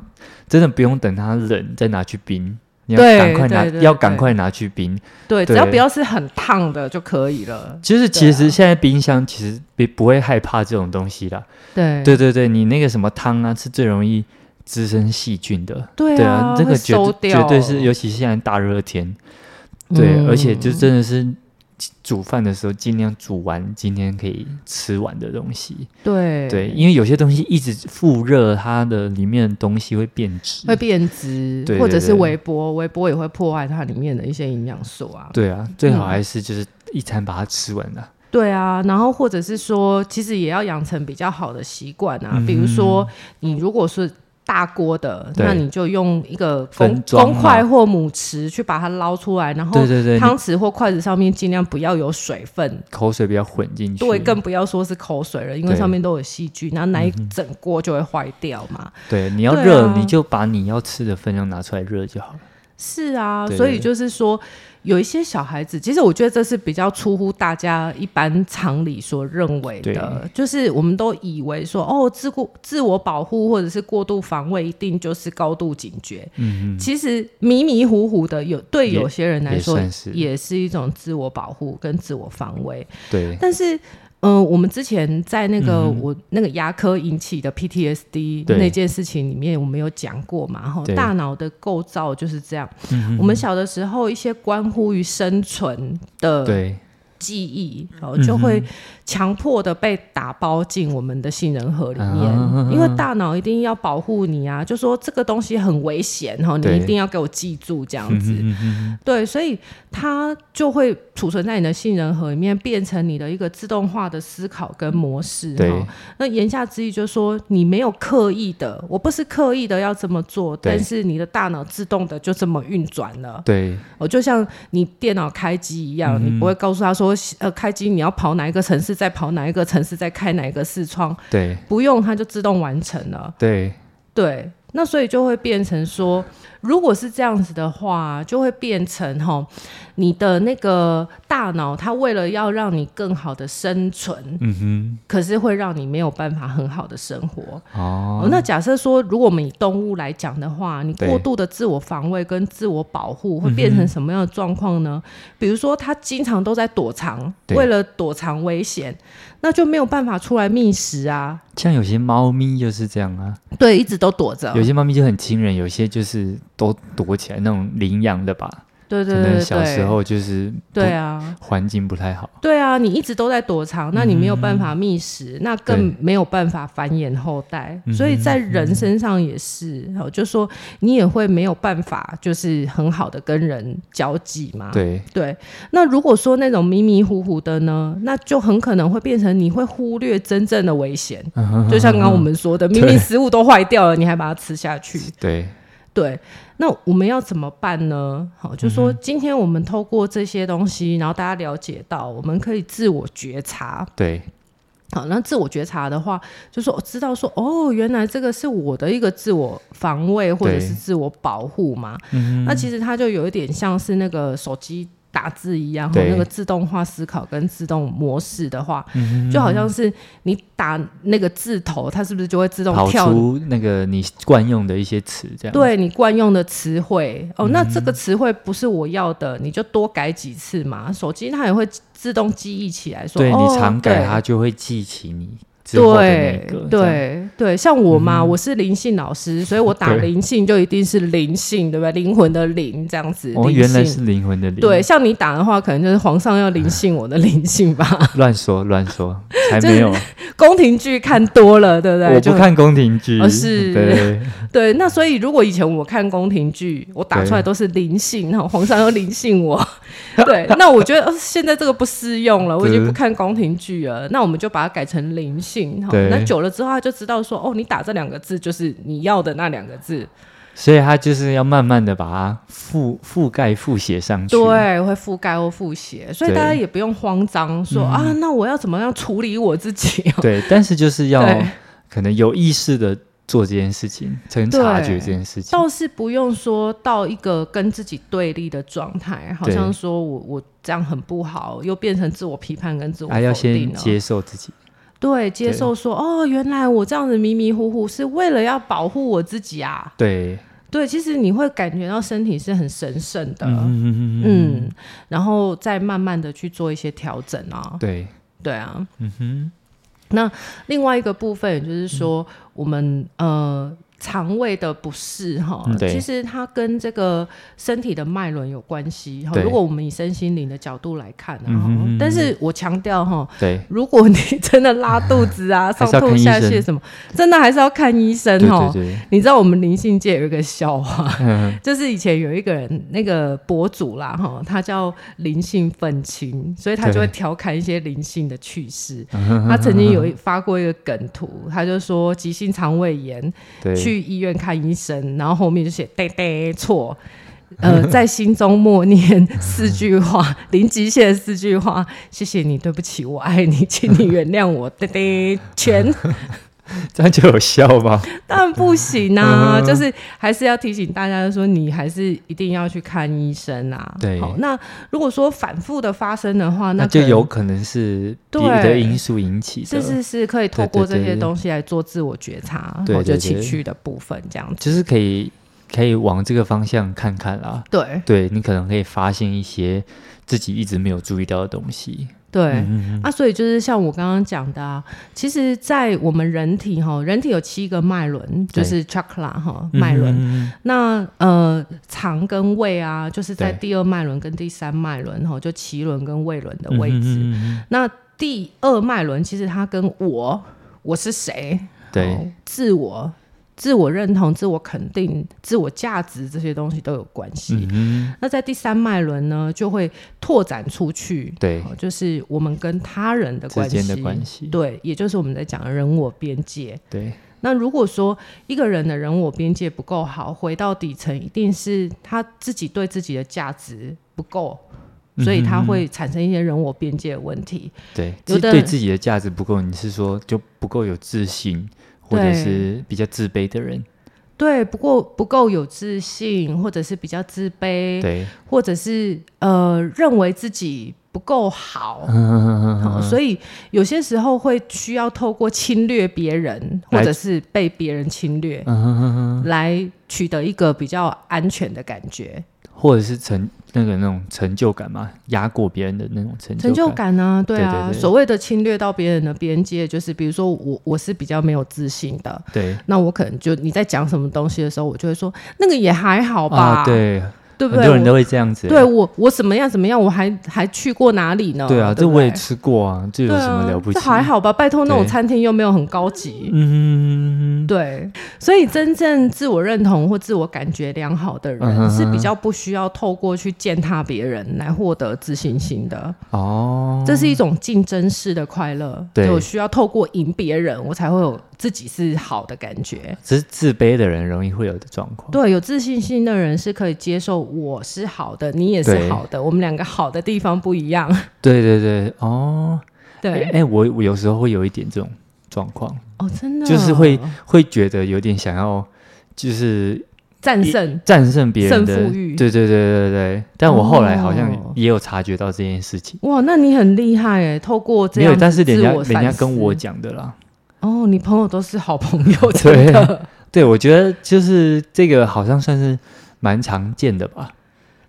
Speaker 1: 真的不用等它冷再拿去冰，你你要
Speaker 2: 对
Speaker 1: 赶快拿
Speaker 2: 对，对
Speaker 1: 要
Speaker 2: 对
Speaker 1: 赶快拿去冰。
Speaker 2: 对，只要
Speaker 1: 对
Speaker 2: 不要是很烫的就可以了。
Speaker 1: 就是
Speaker 2: 对
Speaker 1: 其
Speaker 2: 啊
Speaker 1: 实现在冰箱其实不不会害怕这种东西啦。
Speaker 2: 对啊
Speaker 1: 对对对，你那个什么汤啊，是最容易滋生细菌的。
Speaker 2: 对
Speaker 1: 对
Speaker 2: 啊，
Speaker 1: 这个
Speaker 2: 会
Speaker 1: 绝
Speaker 2: 馊
Speaker 1: 对
Speaker 2: 掉嗯
Speaker 1: 绝对是，尤其是现在大热天，对，而且就真的是煮饭的时候尽量煮完今天可以吃完的东西，
Speaker 2: 对
Speaker 1: 对，因为有些东西一直复热，它的里面的东西会变质，
Speaker 2: 会变质
Speaker 1: 对，对
Speaker 2: 或者是
Speaker 1: 对
Speaker 2: 微波，微波也会破坏它里面的一些营养素啊。
Speaker 1: 对啊，最好
Speaker 2: 嗯
Speaker 1: 还是就是一餐把它吃完了，
Speaker 2: 对啊，然后或者是说，其实也要养成比较好的习惯啊，比如说你如果是。大锅的，
Speaker 1: 嗯对
Speaker 2: 那你就用一个
Speaker 1: 分
Speaker 2: 公
Speaker 1: 装
Speaker 2: 公
Speaker 1: 嘛
Speaker 2: 筷或母匙去把它捞出来，然后
Speaker 1: 对对对，你
Speaker 2: 汤匙或筷子上面尽量不要有水分，
Speaker 1: 口水不要混进去，
Speaker 2: 对，更不要说是口水了，因为
Speaker 1: 对嗯
Speaker 2: 上面都有细菌，然后那一整锅就会坏掉嘛。
Speaker 1: 对，你要
Speaker 2: 对
Speaker 1: 热、
Speaker 2: 啊
Speaker 1: 你就把你要吃的分量拿出来热就好了，
Speaker 2: 是啊，
Speaker 1: 对
Speaker 2: 所
Speaker 1: 对
Speaker 2: 以
Speaker 1: 对
Speaker 2: 就是说，有一些小孩子，其实我觉得这是比较出乎大家一般常理所认为的
Speaker 1: 对，
Speaker 2: 就是我们都以为说，哦，自过自我保护或者是过度防卫，一定就是高度警觉。
Speaker 1: 嗯嗯，
Speaker 2: 其实迷迷糊糊的，有对
Speaker 1: 也
Speaker 2: 有些人来
Speaker 1: 也
Speaker 2: 说
Speaker 1: 算是
Speaker 2: 也是一种自我保护跟自我防卫。
Speaker 1: 对，
Speaker 2: 但是，嗯、我们之前在那个、我那个牙科引起的 PTSD
Speaker 1: 嗯对
Speaker 2: 那件事情里面，我们有讲过嘛？哈
Speaker 1: 对，
Speaker 2: 大脑的构造就是这样。
Speaker 1: 嗯
Speaker 2: 我们小的时候一些关乎于生存的
Speaker 1: 对，
Speaker 2: 记忆，哦，就会强迫的被打包进我们的杏仁核里面，
Speaker 1: 啊
Speaker 2: 因为大脑一定要保护你啊，就说这个东西很危险，哈，你
Speaker 1: 对
Speaker 2: 一定要给我记住这样子。
Speaker 1: 嗯嗯
Speaker 2: 对，所以它就会储存在你的杏仁核里面，变成你的一个自动化的思考跟模式。
Speaker 1: 嗯，对
Speaker 2: 哈，那言下之意就是说，你没有刻意的，我不是刻意的要这么做，
Speaker 1: 对
Speaker 2: 但是你的大脑自动的就这么运转了。
Speaker 1: 对
Speaker 2: 哦，就像你电脑开机一样，你不会告诉他说，呃，开机你要跑哪一个城市，再跑哪一个城市，再开哪一个视窗，
Speaker 1: 对
Speaker 2: 不用它就自动完成了。
Speaker 1: 对
Speaker 2: 对，那所以就会变成说，如果是这样子的话，就会变成哈，你的那个大脑它为了要让你更好的生存，
Speaker 1: 嗯
Speaker 2: 可是会让你没有办法很好的生活。
Speaker 1: 哼，哦，
Speaker 2: 哦，那假设说，如果我们以动物来讲的话，你
Speaker 1: 对嗯
Speaker 2: 过度的自我防卫跟自我保护会变成什么样的状况呢？比如说，它经常都在躲藏，
Speaker 1: 对
Speaker 2: 为了躲藏危险，那就没有办法出来觅食啊。
Speaker 1: 像有些猫咪就是这样啊，
Speaker 2: 对，一直都躲着。
Speaker 1: 有些猫咪就很亲人，有些就是都躲起来那种领养的吧，
Speaker 2: 对对
Speaker 1: 可
Speaker 2: 对
Speaker 1: 能
Speaker 2: 对，
Speaker 1: 小时候就是不
Speaker 2: 对啊，
Speaker 1: 环境不太好，
Speaker 2: 对啊，你一直都在躲藏，那你没有办法觅食，那更
Speaker 1: 对
Speaker 2: 没有办法繁衍后代。
Speaker 1: 嗯嗯哼嗯
Speaker 2: 所以在人身上也是，哦，就说你也会没有办法，就是很好的跟人交际嘛。
Speaker 1: 对
Speaker 2: 对，那如果说那种迷迷糊糊的呢，那就很可能会变成你会忽略真正的危险。就像刚刚我们说的，明明食物都坏掉了，你还把它吃下去。
Speaker 1: 对
Speaker 2: 对，那我们要怎么办呢？好，就说今天我们透过这些东西，然后大家了解到，我们可以自我觉察。
Speaker 1: 对
Speaker 2: 好，那自我觉察的话，就说知道说，哦，原来这个是我的一个自我防卫或者
Speaker 1: 对嗯
Speaker 2: 是自我保护嘛。那其实它就有一点像是那个手机。打字一样，
Speaker 1: 对
Speaker 2: 那个自动化思考跟自动模式的话，
Speaker 1: 嗯
Speaker 2: 就好像是你打那个字头，它是不是就会自动
Speaker 1: 跑
Speaker 2: 跳
Speaker 1: 出那个你惯用的一些词，这样，
Speaker 2: 对你惯用的词汇哦，那
Speaker 1: 嗯
Speaker 2: 这个词汇不是我要的，你就多改几次嘛。手机它也会自动记忆起来说，
Speaker 1: 对
Speaker 2: 哦
Speaker 1: 你常改，
Speaker 2: 对
Speaker 1: 它就会记起你之后的那个，
Speaker 2: 对
Speaker 1: 这样嗯
Speaker 2: 对对，像我嘛，我是灵性老师，所以我打
Speaker 1: 对
Speaker 2: 灵性就一定是灵性，对不对？灵魂的灵这样子，
Speaker 1: 哦，
Speaker 2: 灵
Speaker 1: 原来
Speaker 2: 性
Speaker 1: 是灵魂的灵，
Speaker 2: 对。像你打的话，可能就是皇上要灵性我的灵性吧。
Speaker 1: 乱说乱说，才
Speaker 2: 就是
Speaker 1: 没有，
Speaker 2: 宫廷剧看多了，对不对？
Speaker 1: 我
Speaker 2: 就
Speaker 1: 不看宫廷剧，
Speaker 2: 哦是
Speaker 1: 对，
Speaker 2: 对，那所以如果以前我看宫廷剧，我打出来
Speaker 1: 对
Speaker 2: 都是灵性，然后皇上又灵 性我，对，那我觉得、呃现在这个不适用了，我已经
Speaker 1: 对
Speaker 2: 不看宫廷剧了，那我们就把它改成灵性，哈
Speaker 1: 对
Speaker 2: 那久了之后他就知道说，哦，你打这两个字就是你要的那两个字，
Speaker 1: 所以它就是要慢慢的把它覆覆盖覆写上去，
Speaker 2: 对，会覆盖或复写，所以
Speaker 1: 对嗯
Speaker 2: 大家也不用慌张说、啊，那我要怎么样处理我自己、啊？
Speaker 1: 对，但是就是要
Speaker 2: 对
Speaker 1: 可能有意识的做这件事情，才能察觉
Speaker 2: 对
Speaker 1: 这件事情。
Speaker 2: 倒是不用说到一个跟自己对立的状态，好
Speaker 1: 对
Speaker 2: 像说我我这样很不好，又变成自我批判跟自我
Speaker 1: 还要
Speaker 2: 否定啊
Speaker 1: 先
Speaker 2: 了。
Speaker 1: 接受自己，
Speaker 2: 对，接受说哦，原来我这样子迷迷糊糊是为了要保护我自己啊。
Speaker 1: 对
Speaker 2: 对，其实你会感觉到身体是很神圣的，嗯
Speaker 1: 嗯嗯嗯嗯，
Speaker 2: 然后再慢慢的去做一些调整啊，
Speaker 1: 对，
Speaker 2: 对啊。
Speaker 1: 嗯哼，嗯
Speaker 2: 那另外一个部分，也就是说，我们呃肠胃的不适哈
Speaker 1: 嗯，对
Speaker 2: 其实它跟这个身体的脉轮有关系哈。
Speaker 1: 对
Speaker 2: 如果我们以身心灵的角度来看啊，
Speaker 1: 嗯
Speaker 2: 哈
Speaker 1: 哼嗯哼
Speaker 2: 但是我强调哈，
Speaker 1: 对，
Speaker 2: 如果你真的拉肚子啊、
Speaker 1: 还
Speaker 2: 上
Speaker 1: 是要
Speaker 2: 吐
Speaker 1: 看医
Speaker 2: 下泻
Speaker 1: 生
Speaker 2: 什么，真的还是要看医生
Speaker 1: 对对
Speaker 2: 哦。
Speaker 1: 对，
Speaker 2: 你知道我们灵性界有一个笑话，
Speaker 1: 嗯
Speaker 2: 就是以前有一个人，那个博主啦，哈，他叫灵性愤青，所以他就会
Speaker 1: 对
Speaker 2: 调侃一些灵性的趣事。
Speaker 1: 嗯
Speaker 2: 他曾经有一发过一个梗图，他就说急性肠胃炎
Speaker 1: 对，
Speaker 2: 去医院看医生，然后后面就写“呆呆错”，呃，在心中默念四句话， 零极限的四句话：谢谢你，对不起，我爱你，请你原谅我，呆呆全
Speaker 1: 这样就有效吗？
Speaker 2: 当然不行啊，
Speaker 1: 嗯
Speaker 2: 就是还是要提醒大家说，你还是一定要去看医生啊。
Speaker 1: 对
Speaker 2: 好，那如果说反复的发生的话，
Speaker 1: 那
Speaker 2: 那
Speaker 1: 就
Speaker 2: 可能
Speaker 1: 有可能是别的
Speaker 2: 对
Speaker 1: 因素引起的，
Speaker 2: 是是是可以透
Speaker 1: 对对
Speaker 2: 过这
Speaker 1: 对
Speaker 2: 些
Speaker 1: 对
Speaker 2: 东西来做自我觉察，
Speaker 1: 对
Speaker 2: 好
Speaker 1: 对
Speaker 2: 就情
Speaker 1: 对
Speaker 2: 绪的部分这样子。
Speaker 1: 就是可以可以往这个方向看看啦。
Speaker 2: 对
Speaker 1: 对你可能可以发现一些自己一直没有注意到的东西。
Speaker 2: 对。
Speaker 1: 嗯嗯
Speaker 2: 啊，所以就是像我刚刚讲的、啊，其实，在我们人体哈，人体有七个脉轮，
Speaker 1: 对
Speaker 2: 就是 chakra 哈
Speaker 1: 嗯
Speaker 2: 脉轮。
Speaker 1: 嗯嗯
Speaker 2: 那呃，肠跟胃啊，就是在
Speaker 1: 对
Speaker 2: 第二脉轮跟第三脉轮哈，就脐轮跟胃轮的
Speaker 1: 嗯
Speaker 2: 位置。
Speaker 1: 嗯嗯嗯
Speaker 2: 那第二脉轮其实它跟我，我是谁，
Speaker 1: 对
Speaker 2: 哦，自我、自我认同、自我肯定、自我价值这些东西都有关系。
Speaker 1: 嗯嗯
Speaker 2: 那在第三脉轮呢，就会拓展出去，
Speaker 1: 对
Speaker 2: 哦就是我们跟他人的
Speaker 1: 之
Speaker 2: 关系，
Speaker 1: 间的关系，
Speaker 2: 对，也就是我们在讲的人我边界。
Speaker 1: 对
Speaker 2: 那如果说一个人的人我边界不够好，回到底层，一定是他自己对自己的价值不够，
Speaker 1: 嗯
Speaker 2: 所以他会产生一些人我边界的问题。
Speaker 1: 对，
Speaker 2: 有
Speaker 1: 自
Speaker 2: 的
Speaker 1: 对自己的价值不够，你是说就不够有自信，或者
Speaker 2: 对
Speaker 1: 是比较自卑的人？
Speaker 2: 对，不过不够有自信，或者是比较自卑，
Speaker 1: 对，
Speaker 2: 或者是呃认为自己不够好、
Speaker 1: 嗯
Speaker 2: 好所以有些时候会需要透过侵略别人，或
Speaker 1: 来
Speaker 2: 者是被别人侵略，
Speaker 1: 嗯哼哼哼，
Speaker 2: 来取得一个比较安全的感觉，
Speaker 1: 或者是成那个那种成就感嘛，压过别人的那种成
Speaker 2: 成就
Speaker 1: 感。
Speaker 2: 感啊，对啊，
Speaker 1: 对对对
Speaker 2: 所谓的侵略到别人的边界，就是比如说我我是比较没有自信的。
Speaker 1: 对
Speaker 2: 那我可能就你在讲什么东西的时候，我就会说那个也还好吧，
Speaker 1: 啊，对，
Speaker 2: 对不
Speaker 1: 很
Speaker 2: 对？
Speaker 1: 多人
Speaker 2: 我
Speaker 1: 都会这样子。
Speaker 2: 对我我怎么样怎么样，我还还去过哪里呢？
Speaker 1: 对啊，这
Speaker 2: 不
Speaker 1: 我也吃过啊，这有
Speaker 2: 对
Speaker 1: 什么
Speaker 2: 啊
Speaker 1: 了不起？
Speaker 2: 这还好吧，拜托那种
Speaker 1: 对
Speaker 2: 餐厅又没有很高级。
Speaker 1: 嗯，
Speaker 2: 对，所以真正自我认同或自我感觉良好的
Speaker 1: 嗯哼哼
Speaker 2: 人，是比较不需要透过去践踏别人来获得自信心的。
Speaker 1: 哦，
Speaker 2: 这是一种竞争式的快乐，
Speaker 1: 对
Speaker 2: 就我需要透过赢别人，我才会有自己是好的感觉。
Speaker 1: 只是自卑的人容易会有的状况。
Speaker 2: 对，有自信心的人是可以接受我是好的，你也是
Speaker 1: 对
Speaker 2: 好的，我们两个好的地方不一样。
Speaker 1: 对对对，哦，
Speaker 2: 对，
Speaker 1: 哎、哎我我有时候会有一点这种状况，
Speaker 2: 哦，真的
Speaker 1: 就是会会觉得有点想要就是
Speaker 2: 战胜，
Speaker 1: 战胜别人的
Speaker 2: 胜负欲
Speaker 1: 对对对对对。但我后来好
Speaker 2: 哦
Speaker 1: 像也有察觉到这件事情，
Speaker 2: 哇，那你很厉害哎！透过这
Speaker 1: 没
Speaker 2: 样
Speaker 1: 有，
Speaker 2: 子
Speaker 1: 但是人
Speaker 2: 自
Speaker 1: 家
Speaker 2: 我
Speaker 1: 人
Speaker 2: 反
Speaker 1: 家跟我
Speaker 2: 思
Speaker 1: 讲的啦。
Speaker 2: 哦，你朋友都是好朋 友，真
Speaker 1: 对
Speaker 2: 的
Speaker 1: 对，我觉得就是这个好像算是蛮常见的吧。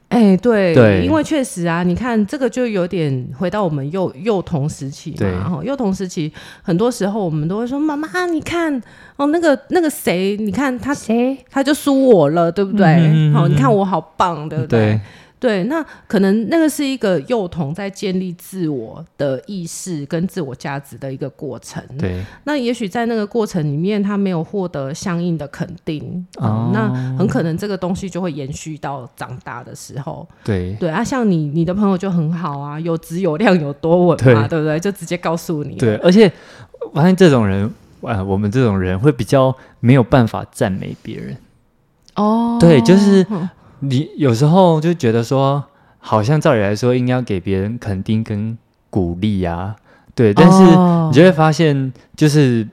Speaker 2: 哎，对
Speaker 1: 对
Speaker 2: 因为确实啊，你看这个就有点回到我们幼幼童时期
Speaker 1: 对
Speaker 2: 嘛，哈，哦幼童时期很多时候我们都会说妈妈，你看哦，那个那个谁，你看他谁，他就输我了，对不对？
Speaker 1: 嗯
Speaker 2: 好、你看我好棒，对不对？
Speaker 1: 对
Speaker 2: 对，那可能那个是一个幼童在建立自我的意识跟自我价值的一个过程。
Speaker 1: 对，
Speaker 2: 那也许在那个过程里面，他没有获得相应的肯定，
Speaker 1: 哦
Speaker 2: 嗯那很可能这个东西就会延续到长大的时候。
Speaker 1: 对
Speaker 2: 对啊，像你，你的朋友就很好啊，有质有量有多稳嘛，
Speaker 1: 对
Speaker 2: 对不对？就直接告诉你。
Speaker 1: 对，而且我发现这种人，啊、我们这种人会比较没有办法赞美别人。
Speaker 2: 哦，
Speaker 1: 对就是
Speaker 2: 嗯
Speaker 1: 你有时候就觉得说，好像照理来说应该要给别人肯定跟鼓励啊，对，但是
Speaker 2: 哦
Speaker 1: 你就会发现就是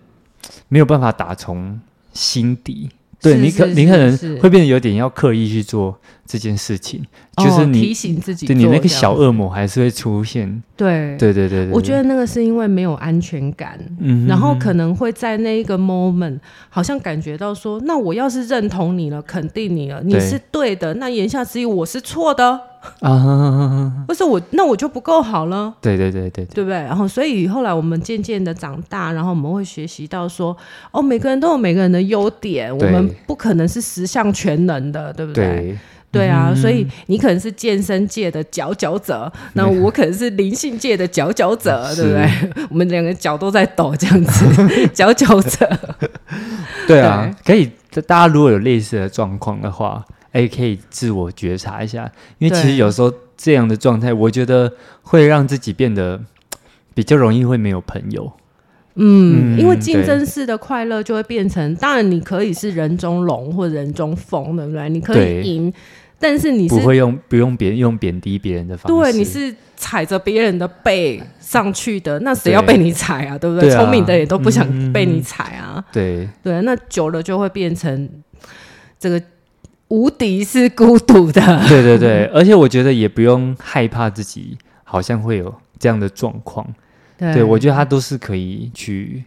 Speaker 1: 没有办法打从心底对
Speaker 2: 是
Speaker 1: 你可
Speaker 2: 是
Speaker 1: 你可
Speaker 2: 是
Speaker 1: 能
Speaker 2: 是
Speaker 1: 会变得有点要刻意去做这件事情，就是
Speaker 2: 哦提
Speaker 1: 你
Speaker 2: 醒自己
Speaker 1: 对
Speaker 2: 做这
Speaker 1: 你
Speaker 2: 样，
Speaker 1: 那个小恶魔还是会出现。
Speaker 2: 对
Speaker 1: 对对对对，
Speaker 2: 我觉
Speaker 1: 对，
Speaker 2: 得那个是因为没有安全感，
Speaker 1: 嗯哼
Speaker 2: 然后
Speaker 1: 哼
Speaker 2: 可能会在那一个 moment，好像感觉到说，那我要是认同你了，肯定你了，你
Speaker 1: 对
Speaker 2: 是对的，那言下之意我是错的，
Speaker 1: 啊哈哈哈哈，
Speaker 2: 或是我那我就不够好了。
Speaker 1: 对对对对对，
Speaker 2: 对不对？然后，所以后来我们渐渐的长大，然后我们会学习到说，哦，每个人都有每个人的优点，我
Speaker 1: 对
Speaker 2: 们不可能是十项全能的，对不对？
Speaker 1: 对嗯
Speaker 2: 对啊，所以你可能是健身界的佼 佼者，那我可能是灵性界的佼佼者，对不对？ 我们两个脚都在抖，这 样子，佼佼者。
Speaker 1: 对啊，可以。大家如果有类似的状况的话，哎，可以自我觉察一下，因为其
Speaker 2: 对
Speaker 1: 实有时候这样的状态，我觉得会让自己变得比较容易会没有朋友。
Speaker 2: 嗯，
Speaker 1: 嗯
Speaker 2: 因为竞争式的快乐就会变成，当然你可以是人中龙或人中凤，对不对？你可以
Speaker 1: 对
Speaker 2: 赢，但是你是
Speaker 1: 不会用不用别人用贬低别人的方式，
Speaker 2: 对，你是踩着别人的背上去的，那谁要
Speaker 1: 对
Speaker 2: 被你踩啊？对不对？
Speaker 1: 对啊
Speaker 2: 聪明的也都不想
Speaker 1: 嗯
Speaker 2: 被你踩啊。
Speaker 1: 对
Speaker 2: 对，那久了就会变成这个无敌是孤独的。
Speaker 1: 对对 对，而且我觉得也不用害怕自己好像会有这样的状况，
Speaker 2: 对
Speaker 1: 对我觉得他都是可以去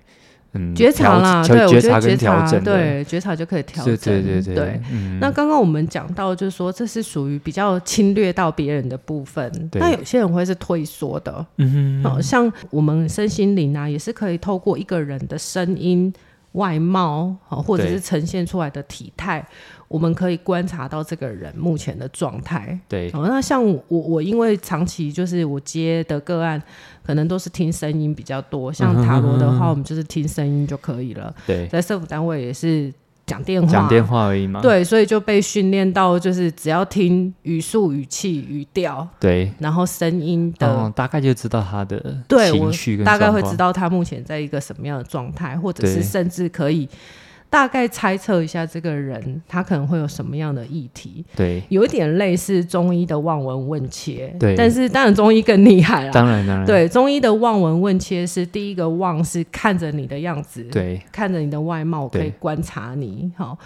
Speaker 1: 嗯
Speaker 2: 觉察
Speaker 1: 调
Speaker 2: 啦，
Speaker 1: 调
Speaker 2: 对，我
Speaker 1: 觉
Speaker 2: 觉得
Speaker 1: 察
Speaker 2: 觉
Speaker 1: 跟调
Speaker 2: 察，
Speaker 1: 整的，
Speaker 2: 对，觉察就可以调整。
Speaker 1: 对对对
Speaker 2: 对。
Speaker 1: 嗯
Speaker 2: 那刚刚我们讲到，就是说这是属于比较侵略到别人的部分。
Speaker 1: 对
Speaker 2: 那有些人会是退缩的，
Speaker 1: 嗯
Speaker 2: 好、像我们身心灵啊，也是可以透过一个人的声音、外貌，好、或者
Speaker 1: 对
Speaker 2: 是呈现出来的体态，我们可以观察到这个人目前的状态。
Speaker 1: 对
Speaker 2: 哦，那像我我因为长期就是我接的个案，可能都是听声音比较多。
Speaker 1: 嗯
Speaker 2: 像塔罗的话，我们就是听声音就可以了。
Speaker 1: 对，
Speaker 2: 在社服单位也是讲电话，
Speaker 1: 讲电话而已嘛，
Speaker 2: 对，所以就被训练到就是只要听语速、语气、语调，
Speaker 1: 对，
Speaker 2: 然后声音的、
Speaker 1: 哦，大概就知道他的
Speaker 2: 对我
Speaker 1: 情绪跟
Speaker 2: 大概
Speaker 1: 状
Speaker 2: 会
Speaker 1: 况
Speaker 2: 知道他目前在一个什么样的状态，或者
Speaker 1: 对
Speaker 2: 是甚至可以大概猜测一下这个人他可能会有什么样的议题，
Speaker 1: 对，
Speaker 2: 有一点类似中医的望闻问切。
Speaker 1: 对
Speaker 2: 但是当然中医更厉害啦。
Speaker 1: 当然当然
Speaker 2: 对，中医的望闻问切是第一个望是看着你的样子，，
Speaker 1: 对
Speaker 2: 看着你的外貌，我可以
Speaker 1: 对
Speaker 2: 观察你。好，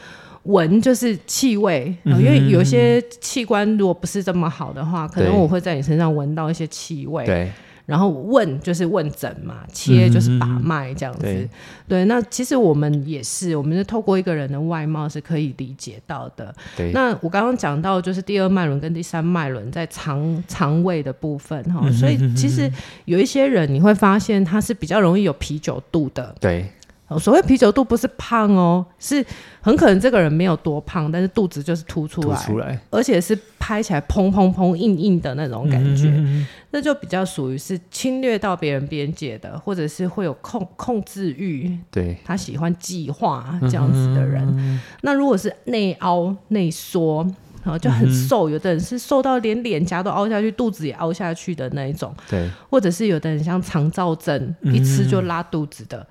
Speaker 2: 闻就是气味、呃
Speaker 1: 嗯
Speaker 2: 因为有些器官如果不是这么好的话，可能
Speaker 1: 对
Speaker 2: 我会在你身上闻到一些气味。
Speaker 1: 对
Speaker 2: 然后问就是问诊嘛，切就是把
Speaker 1: 嗯哼
Speaker 2: 脉这样子。
Speaker 1: 对
Speaker 2: 对，那其实我们也是，我们是透过一个人的外貌是可以理解到的。
Speaker 1: 对
Speaker 2: 那我刚刚讲到就是第二脉轮跟第三脉轮在肠肠胃的部分哈、
Speaker 1: 嗯哼
Speaker 2: 所以其实有一些人你会发现他是比较容易有啤酒肚的。
Speaker 1: 对
Speaker 2: 哦所谓啤酒肚不是胖哦，是很可能这个人没有多胖，但是肚子就是凸出
Speaker 1: 吐
Speaker 2: 来，
Speaker 1: 出来
Speaker 2: 而且是拍起来砰砰砰硬硬的那种感觉。
Speaker 1: 嗯
Speaker 2: 那就比较属于是侵略到别人边界的，或者是会有控控制欲，
Speaker 1: 对
Speaker 2: 他喜欢计划这样子的人。那如果是内凹内缩，然后就很瘦，有的人是瘦到连脸颊都凹下去，肚子也凹下去的那一种，
Speaker 1: 对
Speaker 2: 或者是有的人像肠燥症，
Speaker 1: 嗯
Speaker 2: 一吃就拉肚子的，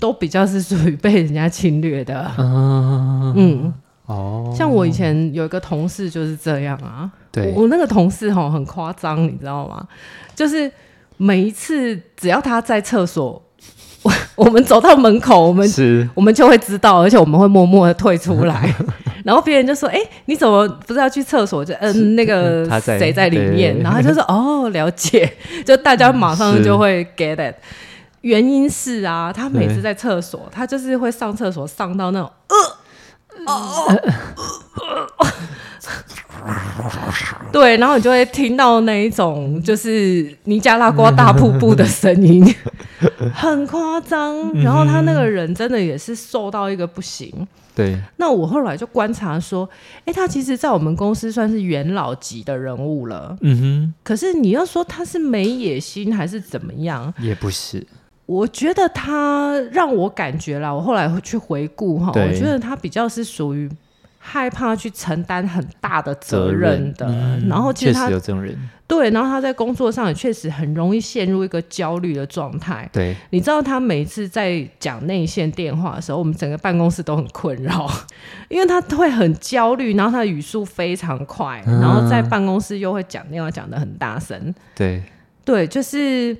Speaker 2: 都比较是属于被人家侵略的。嗯，
Speaker 1: 哦
Speaker 2: 像我以前有一个同事就是这样啊。
Speaker 1: 对
Speaker 2: 我我那个同事吼很夸张，你知道吗？就是每一次只要他在厕所， 我我们走到门口，我们
Speaker 1: 是
Speaker 2: 我们就会知道，而且我们会默默的退出 来。然后别人就说：“哎、你怎么不是要去厕所？”就嗯，那个
Speaker 1: 他在
Speaker 2: 谁在里面？
Speaker 1: 对
Speaker 2: 然后他就说：“哦，了解。”就大家马上
Speaker 1: 是
Speaker 2: 就会 get it。原因是啊，他每次
Speaker 1: 对
Speaker 2: 在厕所，他就是会上厕所上到那种呃。哦哦呃对，然后你就会听到那一种就是尼加拉瓜大瀑布的声音，很夸张。然后他那个人真的也是瘦到一个不行。
Speaker 1: 对
Speaker 2: 那我后来就观察说，哎，他其实在我们公司算是元老级的人物了。
Speaker 1: 嗯
Speaker 2: 可是你要说他是没野心还是怎么样？
Speaker 1: 哼也不是
Speaker 2: 我觉得他让我感觉啦，我后来去回顾哈，
Speaker 1: 对
Speaker 2: 我觉得他比较是属于害怕去承担很大的责
Speaker 1: 责
Speaker 2: 任的。
Speaker 1: 嗯
Speaker 2: 然后其
Speaker 1: 确
Speaker 2: 实他
Speaker 1: 实有这种人
Speaker 2: 对，然后他在工作上也确实很容易陷入一个焦虑的状态。
Speaker 1: 对
Speaker 2: 你知道他每次在讲内线电话的时候，我们整个办公室都很困扰， 因为他会很焦虑，然后他的语速非常快，
Speaker 1: 嗯
Speaker 2: 然后在办公室又会讲电话讲的很大声。
Speaker 1: 对
Speaker 2: 对，就是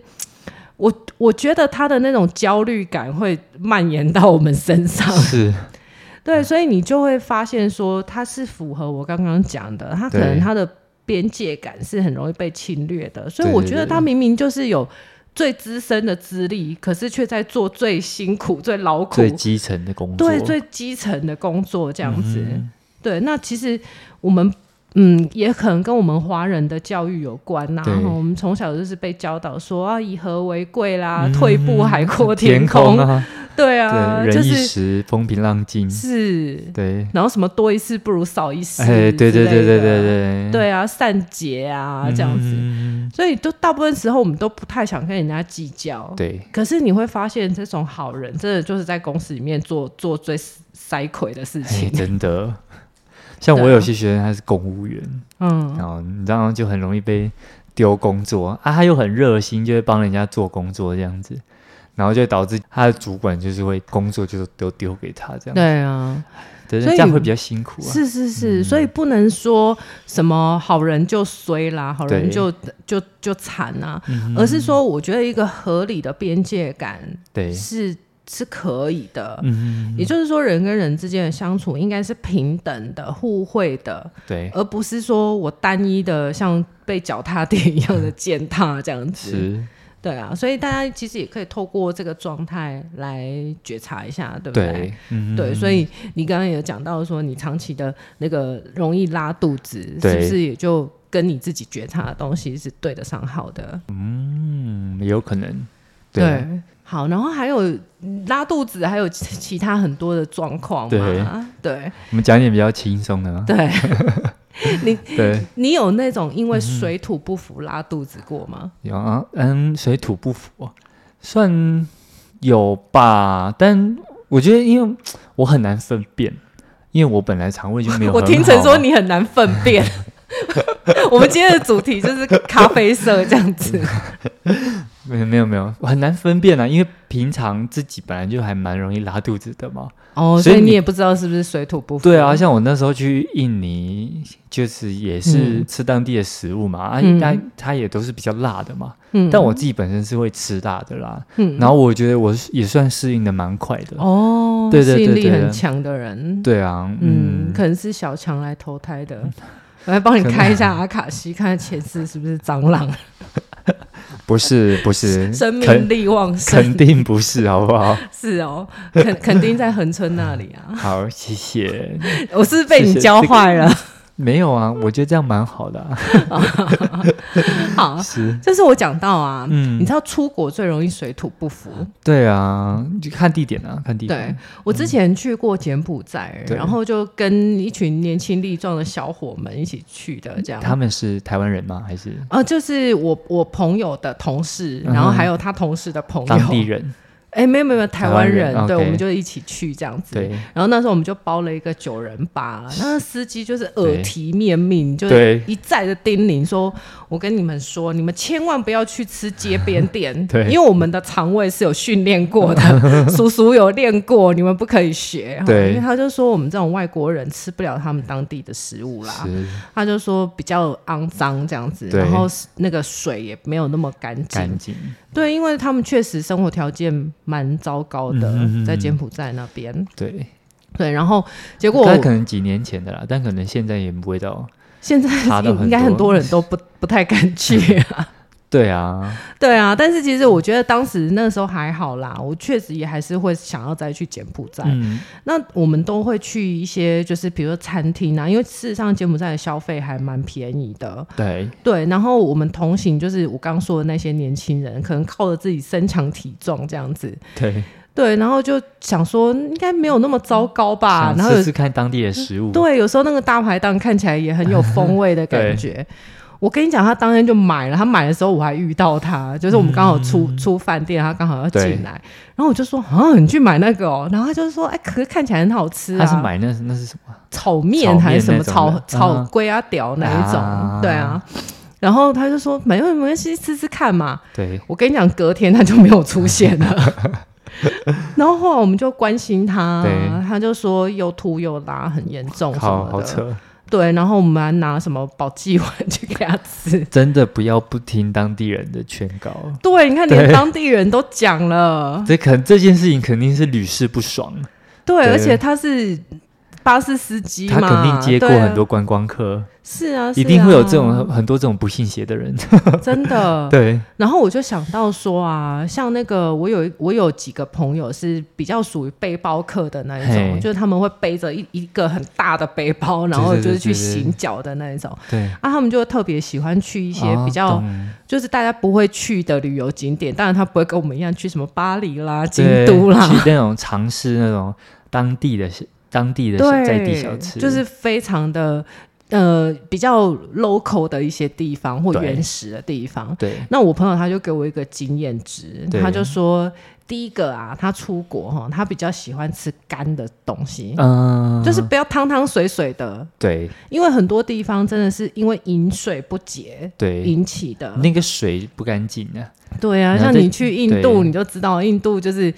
Speaker 2: 我我觉得他的那种焦虑感会蔓延到我们身上。
Speaker 1: 是
Speaker 2: 对，所以你就会发现说，它是符合我刚刚讲的，它可能
Speaker 1: 对
Speaker 2: 它的边界感是很容易被侵略的，所以
Speaker 1: 对
Speaker 2: 我
Speaker 1: 对
Speaker 2: 觉得
Speaker 1: 对
Speaker 2: 他明明就是有最资深的资历，可是却在做最辛苦、最劳苦、
Speaker 1: 最基层的工作，嗯
Speaker 2: 对最基层的工作这样子。对，那其实我们嗯，也可能跟我们华人的教育有关呐、
Speaker 1: 对
Speaker 2: 哈我们从小就是被教导说啊，以和为贵啦，
Speaker 1: 嗯
Speaker 2: 退步 海阔
Speaker 1: 天
Speaker 2: 空。
Speaker 1: 啊，
Speaker 2: 对啊，
Speaker 1: 对，
Speaker 2: 就
Speaker 1: 人一
Speaker 2: 是
Speaker 1: 时风平浪静，
Speaker 2: 是。
Speaker 1: 对，
Speaker 2: 然后什么多一事不如少一事，
Speaker 1: 哎，对对对对对，对，
Speaker 2: 对啊，善解啊这样子，
Speaker 1: 嗯
Speaker 2: 所以都大部分时候我们都不太想跟人家计较。，
Speaker 1: 对，
Speaker 2: 可是你会发现这种好人真的就是在公司里面做做最塞亏的事
Speaker 1: 哎，
Speaker 2: 情。
Speaker 1: 真的。 像
Speaker 2: 对
Speaker 1: 我
Speaker 2: 啊
Speaker 1: 有些学生他是公务员，
Speaker 2: 嗯，
Speaker 1: 然后你知道就很容易被丢工作啊，他又很热心，就会帮人家做工作这样子，然后就会导致他的主管就是会工作就是都丢给他这样，
Speaker 2: 对啊，
Speaker 1: 对，
Speaker 2: 所以
Speaker 1: 这样会比较辛苦啊。
Speaker 2: 是是是，所以不能说什么好人就衰啦，好人
Speaker 1: 对
Speaker 2: 就就就惨啊，
Speaker 1: 嗯
Speaker 2: 而是说我觉得一个合理的边界感
Speaker 1: 对，
Speaker 2: 是是可以的。
Speaker 1: 嗯，
Speaker 2: 也就是说，人跟人之间的相处应该是平等的、互惠的，
Speaker 1: 对，
Speaker 2: 而不是说我单一的像被脚踏垫一样的践踏这样子。
Speaker 1: 是，
Speaker 2: 对啊，所以大家其实也可以透过这个状态来觉察一下，对不对？
Speaker 1: 对，嗯，
Speaker 2: 对，所以你刚刚有讲到说，你长期的那个容易拉肚子，是不
Speaker 1: 对
Speaker 2: 是也就跟你自己觉察的东西是对得上号的？
Speaker 1: 嗯，有可能，啊，
Speaker 2: 对，好，然后还有嗯拉肚子，还有其其他很多的状况嘛，对
Speaker 1: 我们讲一点比较轻松的嘛，啊
Speaker 2: 对，
Speaker 1: 对，
Speaker 2: 你有那种因为水土不服拉肚子过吗？
Speaker 1: 有啊，嗯，水土不服哦，算有吧，但我觉得因为我很难分辨，因为我本来肠胃就没有
Speaker 2: 我
Speaker 1: 很
Speaker 2: 听成
Speaker 1: 好
Speaker 2: 说
Speaker 1: 嘛
Speaker 2: 你很难粪便。 我们今天的主题就是咖啡色这样子，
Speaker 1: 没有没有没有，我很难分辨啊，因为平常自己本来就还蛮容易拉肚子的嘛。
Speaker 2: 哦，所
Speaker 1: 所以
Speaker 2: 以你
Speaker 1: 你
Speaker 2: 也不知道是不是水土不服。
Speaker 1: 对啊，，像我那时候去印尼，就是也是
Speaker 2: 嗯
Speaker 1: 吃当地的食物嘛，啊
Speaker 2: 嗯，
Speaker 1: 但它也都是比较辣的嘛。
Speaker 2: 嗯
Speaker 1: 但我自己本身是会吃辣的啦，
Speaker 2: 嗯
Speaker 1: 然后我觉得我是也算适应的蛮快的。
Speaker 2: 哦，
Speaker 1: 对对
Speaker 2: 吸
Speaker 1: 对
Speaker 2: 引力
Speaker 1: 对
Speaker 2: 很
Speaker 1: 对
Speaker 2: 强的人，
Speaker 1: 对啊，
Speaker 2: 嗯，
Speaker 1: 嗯，
Speaker 2: 可能是小强来投胎 的。我来帮你
Speaker 1: 可能
Speaker 2: 开一下阿卡西，看看前世是不是蟑螂，
Speaker 1: 不是不是，
Speaker 2: 生
Speaker 1: 肯
Speaker 2: 命力旺盛
Speaker 1: 肯。定不是，好不 好？
Speaker 2: 是哦，肯肯定在恒春那里啊。
Speaker 1: 好，谢谢。
Speaker 2: 我是不是被你
Speaker 1: 谢谢
Speaker 2: 教坏了？
Speaker 1: 没有啊，我觉得这样蛮好的、啊。
Speaker 2: 好，
Speaker 1: 是，
Speaker 2: 这是我讲到啊，你
Speaker 1: 嗯，
Speaker 2: 知道出国最容易水土不服。
Speaker 1: 对啊，你就看地点啊，看地
Speaker 2: 对
Speaker 1: 点。
Speaker 2: 我之前去过柬埔寨，
Speaker 1: 对
Speaker 2: 然后就跟一群年轻力壮的小伙们一起去的，这样。
Speaker 1: 他们是台湾人吗？还是
Speaker 2: 啊、就是我我朋友的同事，
Speaker 1: 嗯哼
Speaker 2: 然后还有他同事的朋友，
Speaker 1: 当地人？
Speaker 2: 哎、没有没有没有台湾人，
Speaker 1: 台湾人
Speaker 2: 对，
Speaker 1: OK
Speaker 2: 我们就一起去这样子。
Speaker 1: 对
Speaker 2: 然后那时候我们就包了一个九人吧， 那司机就是耳
Speaker 1: 对
Speaker 2: 提面命，就是
Speaker 1: 对
Speaker 2: 一再的叮咛说：“我跟你们说，你们千万不要去吃街边 店，
Speaker 1: 对
Speaker 2: 因为我们的肠胃是有训练过的，叔叔有练过，你们不可以学。”
Speaker 1: 对
Speaker 2: 因为他就说我们这种外国人吃不了他们当地的食物啦，
Speaker 1: 是
Speaker 2: 他就说比较肮脏这样子，
Speaker 1: 对
Speaker 2: 然后那个水也没有那么干净
Speaker 1: 干。净，
Speaker 2: 对，因为他们确实生活条件蛮糟糕的，
Speaker 1: 嗯嗯嗯
Speaker 2: 在柬埔寨那边。
Speaker 1: 对。
Speaker 2: 对，然后结果
Speaker 1: 但可能几年前的啦，但可能现在也不会到。
Speaker 2: 现在
Speaker 1: 差得很多
Speaker 2: 应该很多人都不不太敢 去、啊。
Speaker 1: 对啊，
Speaker 2: 对啊，但是其实我觉得当时那时候还好啦，我确实也还是会想要再去柬埔寨。
Speaker 1: 嗯，
Speaker 2: 那我们都会去一些就是比如说餐厅啊，因为事实上柬埔寨的消费还蛮便宜的。
Speaker 1: 对，
Speaker 2: 对，然后我们同行就是我刚说的那些年轻人，可能靠着自己身强体壮这样子，
Speaker 1: 对，
Speaker 2: 对，然后就想说应该没有那么糟糕吧，啊然
Speaker 1: 想
Speaker 2: 后有
Speaker 1: 试试看当地的食物，
Speaker 2: 对，啊有时候那个大排档看起来也很有风味的感 觉。我跟你讲，他当天就买了。他买的时候我还遇到他，就是我们刚好出、出饭店，他刚好要进
Speaker 1: 嗯对
Speaker 2: 来，然后我就说啊，你去买那个哦。然后他就说，哎，可是看起来很好吃啊。
Speaker 1: 他是买那那是什么？
Speaker 2: 炒面
Speaker 1: 炒
Speaker 2: 还是什么
Speaker 1: 面那种
Speaker 2: 炒
Speaker 1: 的
Speaker 2: 炒
Speaker 1: 嗯
Speaker 2: 龟啊屌那一种，
Speaker 1: 啊
Speaker 2: 对啊。然后他就说没有没关系，试试看嘛。
Speaker 1: 对，
Speaker 2: 我跟你讲，隔天他就没有出现了。 然后后来我们就关心他
Speaker 1: 对，
Speaker 2: 他就说又吐又拉，很严重什
Speaker 1: 好
Speaker 2: 么
Speaker 1: 好
Speaker 2: 的。
Speaker 1: 扯，
Speaker 2: 对，然后我们还拿什么保济丸去给他 吃。
Speaker 1: 真的不要不听当地人的劝告。
Speaker 2: 对，你看连
Speaker 1: 对
Speaker 2: 当地人都讲了，
Speaker 1: 这肯这件事情肯定是屡试不爽，
Speaker 2: 对，
Speaker 1: 对
Speaker 2: 而且他是巴士司机
Speaker 1: 他
Speaker 2: 嘛，
Speaker 1: 肯定接过
Speaker 2: 对啊
Speaker 1: 很多观光客，
Speaker 2: 是啊，
Speaker 1: 一
Speaker 2: 是
Speaker 1: 定会有
Speaker 2: 啊
Speaker 1: 这种很多这种不信邪的人。。
Speaker 2: 真的
Speaker 1: 对，
Speaker 2: 然后我就想到说啊，像那个我有一我有几个朋友是比较属于背包客的那一种，
Speaker 1: 嘿
Speaker 2: 就是他们会背着一一个很大的背包，然后
Speaker 1: 对对
Speaker 2: 就
Speaker 1: 对
Speaker 2: 是去
Speaker 1: 对对
Speaker 2: 行脚的那一种。
Speaker 1: 对，
Speaker 2: 啊，他们就特别喜欢去一
Speaker 1: 一
Speaker 2: 些比较、就是大家不会去的旅游景点，当然他不会跟我们一样去什么巴黎啦、京都啦
Speaker 1: 去，那种尝试那种当地的小当地的小
Speaker 2: 对，
Speaker 1: 在地小吃，
Speaker 2: 就是非常的呃比较 local 的一些地方或
Speaker 1: 对
Speaker 2: 原始的地方。
Speaker 1: 对
Speaker 2: 那我朋友他就给我一个经验值，
Speaker 1: 对
Speaker 2: 他就说第一个啊，他出国哈，他比较喜欢吃干的东西，
Speaker 1: 嗯，
Speaker 2: 就是不要汤汤水水的，
Speaker 1: 对
Speaker 2: 因为很多地方真的是因为饮水不节。
Speaker 1: 对，
Speaker 2: 引起的
Speaker 1: 那个水不干净啊，
Speaker 2: 对啊，
Speaker 1: 然后
Speaker 2: 像
Speaker 1: 再
Speaker 2: 你去印度，
Speaker 1: 对
Speaker 2: 你就知道印度就是，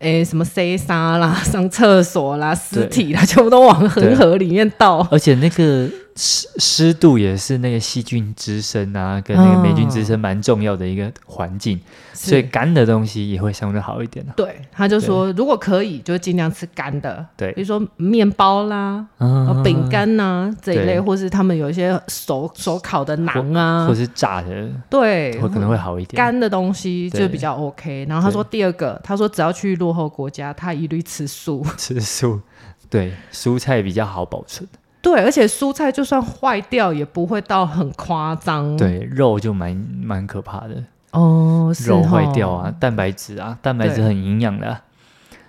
Speaker 2: 诶、什么塞沙啦、 上厕所啦、尸
Speaker 1: 对
Speaker 2: 体啦，全部都往恒
Speaker 1: 对
Speaker 2: 河里面倒。
Speaker 1: 而且那个湿湿度也是那个细菌滋生啊，跟那个霉菌滋生蛮重要的一个环境，所以
Speaker 2: 嗯是
Speaker 1: 干的东西也会相对好一点啊。
Speaker 2: 对，他就说，如果可以，就尽量吃干的，比
Speaker 1: 对，
Speaker 2: 如说面包啦、呃
Speaker 1: 嗯
Speaker 2: 饼、干呐这一类，
Speaker 1: 对
Speaker 2: 或是他们有一些手手烤的馕
Speaker 1: 或
Speaker 2: 啊，
Speaker 1: 是炸的，
Speaker 2: 对，
Speaker 1: 会可能会好一点。
Speaker 2: 干的东西就
Speaker 1: 对
Speaker 2: 比较 OK。然后他说第二个，他说只要去落后国家，他一律吃素。
Speaker 1: 吃素，对，蔬菜比较好保存。
Speaker 2: 对，而且蔬菜就算坏掉，也不会到很夸张。。
Speaker 1: 对，肉就蛮蛮可怕的，
Speaker 2: 哦，是
Speaker 1: 肉
Speaker 2: 哦
Speaker 1: 坏掉，啊，蛋白质啊，蛋白质
Speaker 2: 对
Speaker 1: 很营养的啊，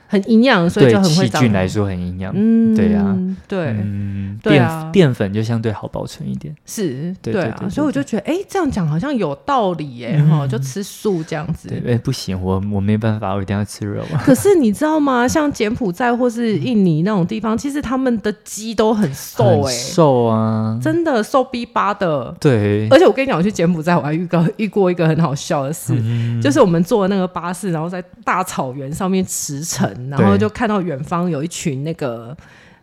Speaker 2: 很营养，所以
Speaker 1: 对
Speaker 2: 就很会
Speaker 1: 细
Speaker 2: 长。
Speaker 1: 菌来说很营养。
Speaker 2: 嗯，
Speaker 1: 对啊，
Speaker 2: 对，
Speaker 1: 嗯，
Speaker 2: 对
Speaker 1: 淀
Speaker 2: 啊
Speaker 1: 淀粉就相对好保存一点。
Speaker 2: 是，
Speaker 1: 对对对
Speaker 2: 啊，
Speaker 1: 对嗯
Speaker 2: 所以我就觉得，哎，这样讲好像有道理耶，哈，就吃素这样子
Speaker 1: 对，。哎，不行，我我没办法，我一定要吃肉啊。
Speaker 2: 可是你知道吗？像柬埔寨或是印尼那种地方，其实他们的鸡都很瘦，
Speaker 1: 很
Speaker 2: 哎，
Speaker 1: 瘦啊，
Speaker 2: 真的瘦逼巴的。
Speaker 1: 对，
Speaker 2: 而且我跟你讲，我去柬埔寨，我还遇到遇过一个很好笑的事，
Speaker 1: 嗯
Speaker 2: 就是我们坐那个巴士，然后在大草原上面驰骋，然后
Speaker 1: 对
Speaker 2: 就看到远方有一群那个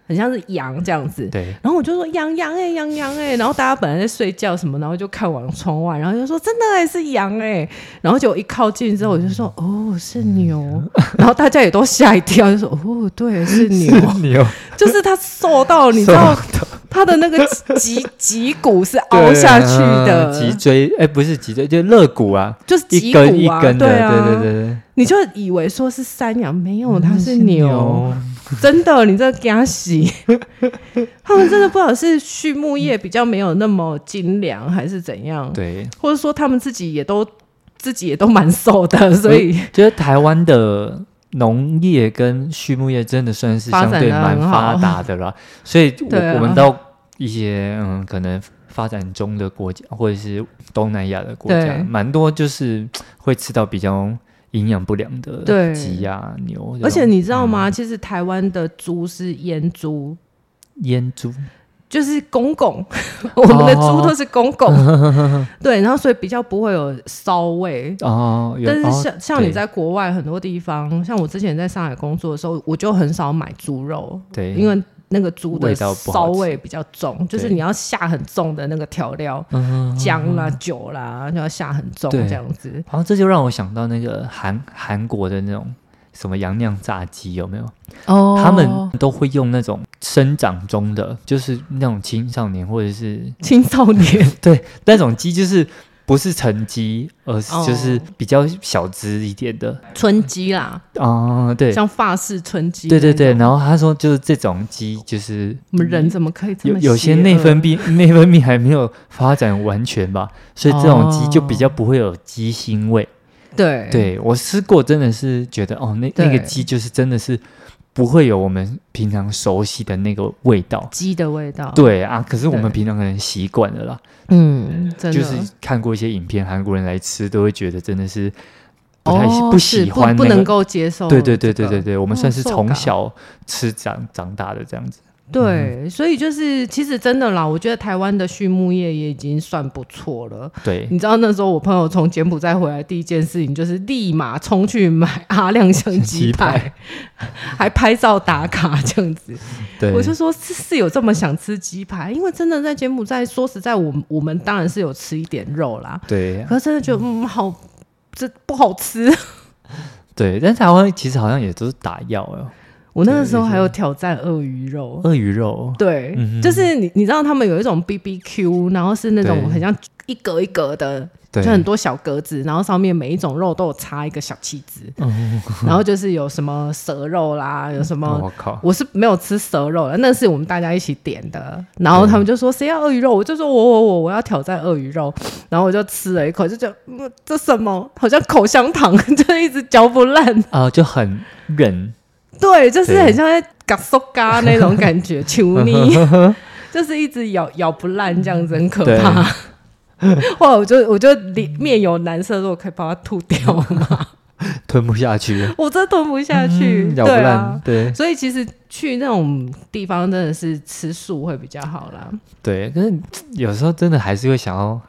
Speaker 2: 很像是羊这样子，
Speaker 1: 对，
Speaker 2: 然后我就说羊羊哎羊羊哎，然后大家本来在睡觉什么，然后就看往窗外，然后就说真的哎、是羊哎、然后就一靠近之后我就说
Speaker 1: 嗯
Speaker 2: 哦是牛， 然后大家也都吓一跳，就说哦对 是牛，
Speaker 1: 牛，
Speaker 2: 就是它瘦到你知道它的那个 脊脊骨是凹下去的，
Speaker 1: 对啊脊椎，哎，不是脊椎，就肋骨啊，
Speaker 2: 就是脊
Speaker 1: 一
Speaker 2: 骨啊，
Speaker 1: 根一根的，
Speaker 2: 对啊，
Speaker 1: 对嗯对对
Speaker 2: 你就以为说是山羊，没有
Speaker 1: 对，
Speaker 2: 哦它是牛，，真的，你这给他洗， 他们真的不知道是畜牧业比较没有那么精良，还是怎样，
Speaker 1: 对，
Speaker 2: 或者说他们自己也都自己也都蛮瘦 的，所以
Speaker 1: 觉得台湾的农业跟畜牧业真的算是相对蛮发达的 啦，所以我
Speaker 2: 对啊
Speaker 1: 我们到一些嗯可能发展中的国家或者是东南亚的国家
Speaker 2: 对，
Speaker 1: 蛮多就是会吃到比较营养不良的
Speaker 2: 对
Speaker 1: 鸡啊牛这种，
Speaker 2: 而且你知道
Speaker 1: 嗯
Speaker 2: 吗？其实台湾的猪是阉猪。
Speaker 1: 腌猪
Speaker 2: 就是公公， 我们的
Speaker 1: 哦
Speaker 2: 猪都是公 公，对，然后所以比较不会有骚味，
Speaker 1: 哦，有
Speaker 2: 但是
Speaker 1: 哦
Speaker 2: 像、像你
Speaker 1: 对
Speaker 2: 在国外很多地方，像我之前在上海工作的时候，我就很少买猪肉，
Speaker 1: 对，
Speaker 2: 因为那个猪的
Speaker 1: 味道不好
Speaker 2: 骚味比较重，就是
Speaker 1: 对
Speaker 2: 你要下很重的那个调料，
Speaker 1: 嗯
Speaker 2: 姜啦、酒啦，就要下很重
Speaker 1: 对
Speaker 2: 这样子。
Speaker 1: 好像这就让我想到那个韩韩国的那种什么洋酿炸鸡有没有？
Speaker 2: 哦
Speaker 1: 他们都会用那种生长中的，就是那种青少年或者是
Speaker 2: 青少年
Speaker 1: 对那种鸡，就是不是成鸡，而是
Speaker 2: 哦
Speaker 1: 就是比较小只一点的
Speaker 2: 春鸡啦，
Speaker 1: 啊、对。
Speaker 2: 像法式春鸡那
Speaker 1: 对
Speaker 2: 种，
Speaker 1: 对对，然后他说就是这种鸡，就是
Speaker 2: 我们人怎么可以这
Speaker 1: 有
Speaker 2: 么
Speaker 1: 有些
Speaker 2: 邪恶
Speaker 1: 内分泌 内分泌还没有发展完全吧，所以这种鸡就比较不会有鸡腥味。
Speaker 2: 哦对
Speaker 1: 对我吃过，真的是觉得哦，那那
Speaker 2: 对
Speaker 1: 个鸡就是真的是不会有我们平常熟悉的那个味道。
Speaker 2: 鸡的味道，，
Speaker 1: 对啊，可是我们
Speaker 2: 哦对
Speaker 1: 平常可能习惯了啦，
Speaker 2: 嗯，真的
Speaker 1: 就是看过一些影片，韩国人来吃都会觉得真的是不太喜、
Speaker 2: 哦
Speaker 1: 不
Speaker 2: 是
Speaker 1: 喜欢、那
Speaker 2: 不
Speaker 1: 个
Speaker 2: 能够接受这
Speaker 1: 对对
Speaker 2: 个，
Speaker 1: 对对对对，我们
Speaker 2: 哦
Speaker 1: 算是
Speaker 2: 受
Speaker 1: 从
Speaker 2: 感
Speaker 1: 小吃长长大的这样子。
Speaker 2: 对，所以就是其实真的啦，我觉得台湾的畜牧业也已经算不错了。
Speaker 1: 对，
Speaker 2: 你知道那时候我朋友从柬埔寨回来第一件事情就是立马冲去买 阿亮香鸡排，还拍照打卡这样子。
Speaker 1: 对，
Speaker 2: 我就说是是有这么想吃鸡排，因为真的在柬埔寨，说实在，我们我们当然是有吃一点肉啦，
Speaker 1: 对
Speaker 2: 可是真的觉得嗯好。这不好吃，
Speaker 1: 对，但台湾其实好像也都是打药哦，
Speaker 2: 我那个时候还有挑战鳄鱼肉，
Speaker 1: 鳄鱼肉，
Speaker 2: 对，
Speaker 1: 嗯哼
Speaker 2: 就是你你知道他们有一种 B B Q，然后是那种
Speaker 1: 对
Speaker 2: 很像一格一格的，
Speaker 1: 对，
Speaker 2: 就很多小格子，然后上面每一种肉都有插一个小旗子，
Speaker 1: 嗯，哦
Speaker 2: 然后就是有什么蛇肉啦，有什么。
Speaker 1: 我靠，
Speaker 2: 我是没有吃蛇肉的，那是我们大家一起点的。然后他们就说谁要鳄鱼肉，我就说我我我我要挑战鳄鱼肉。然后我就吃了一口，就觉得、嗯、这什么好像口香糖， 就一直嚼不烂。
Speaker 1: 啊，就很忍，
Speaker 2: 对，就是
Speaker 1: 对
Speaker 2: 很像在嘎嗦嘎那种感觉，求你，就是一直咬咬不烂这样子，很可怕。后来我就我就里面有蓝色，我可以把它吐掉吗？
Speaker 1: 吞不下去，
Speaker 2: 我真的吞不下 去，
Speaker 1: 嗯咬不
Speaker 2: 对啊
Speaker 1: 烂，。对
Speaker 2: 所以其实去那种地方真的是吃素会比较好啦。
Speaker 1: 对，可是有时候真的还是会想要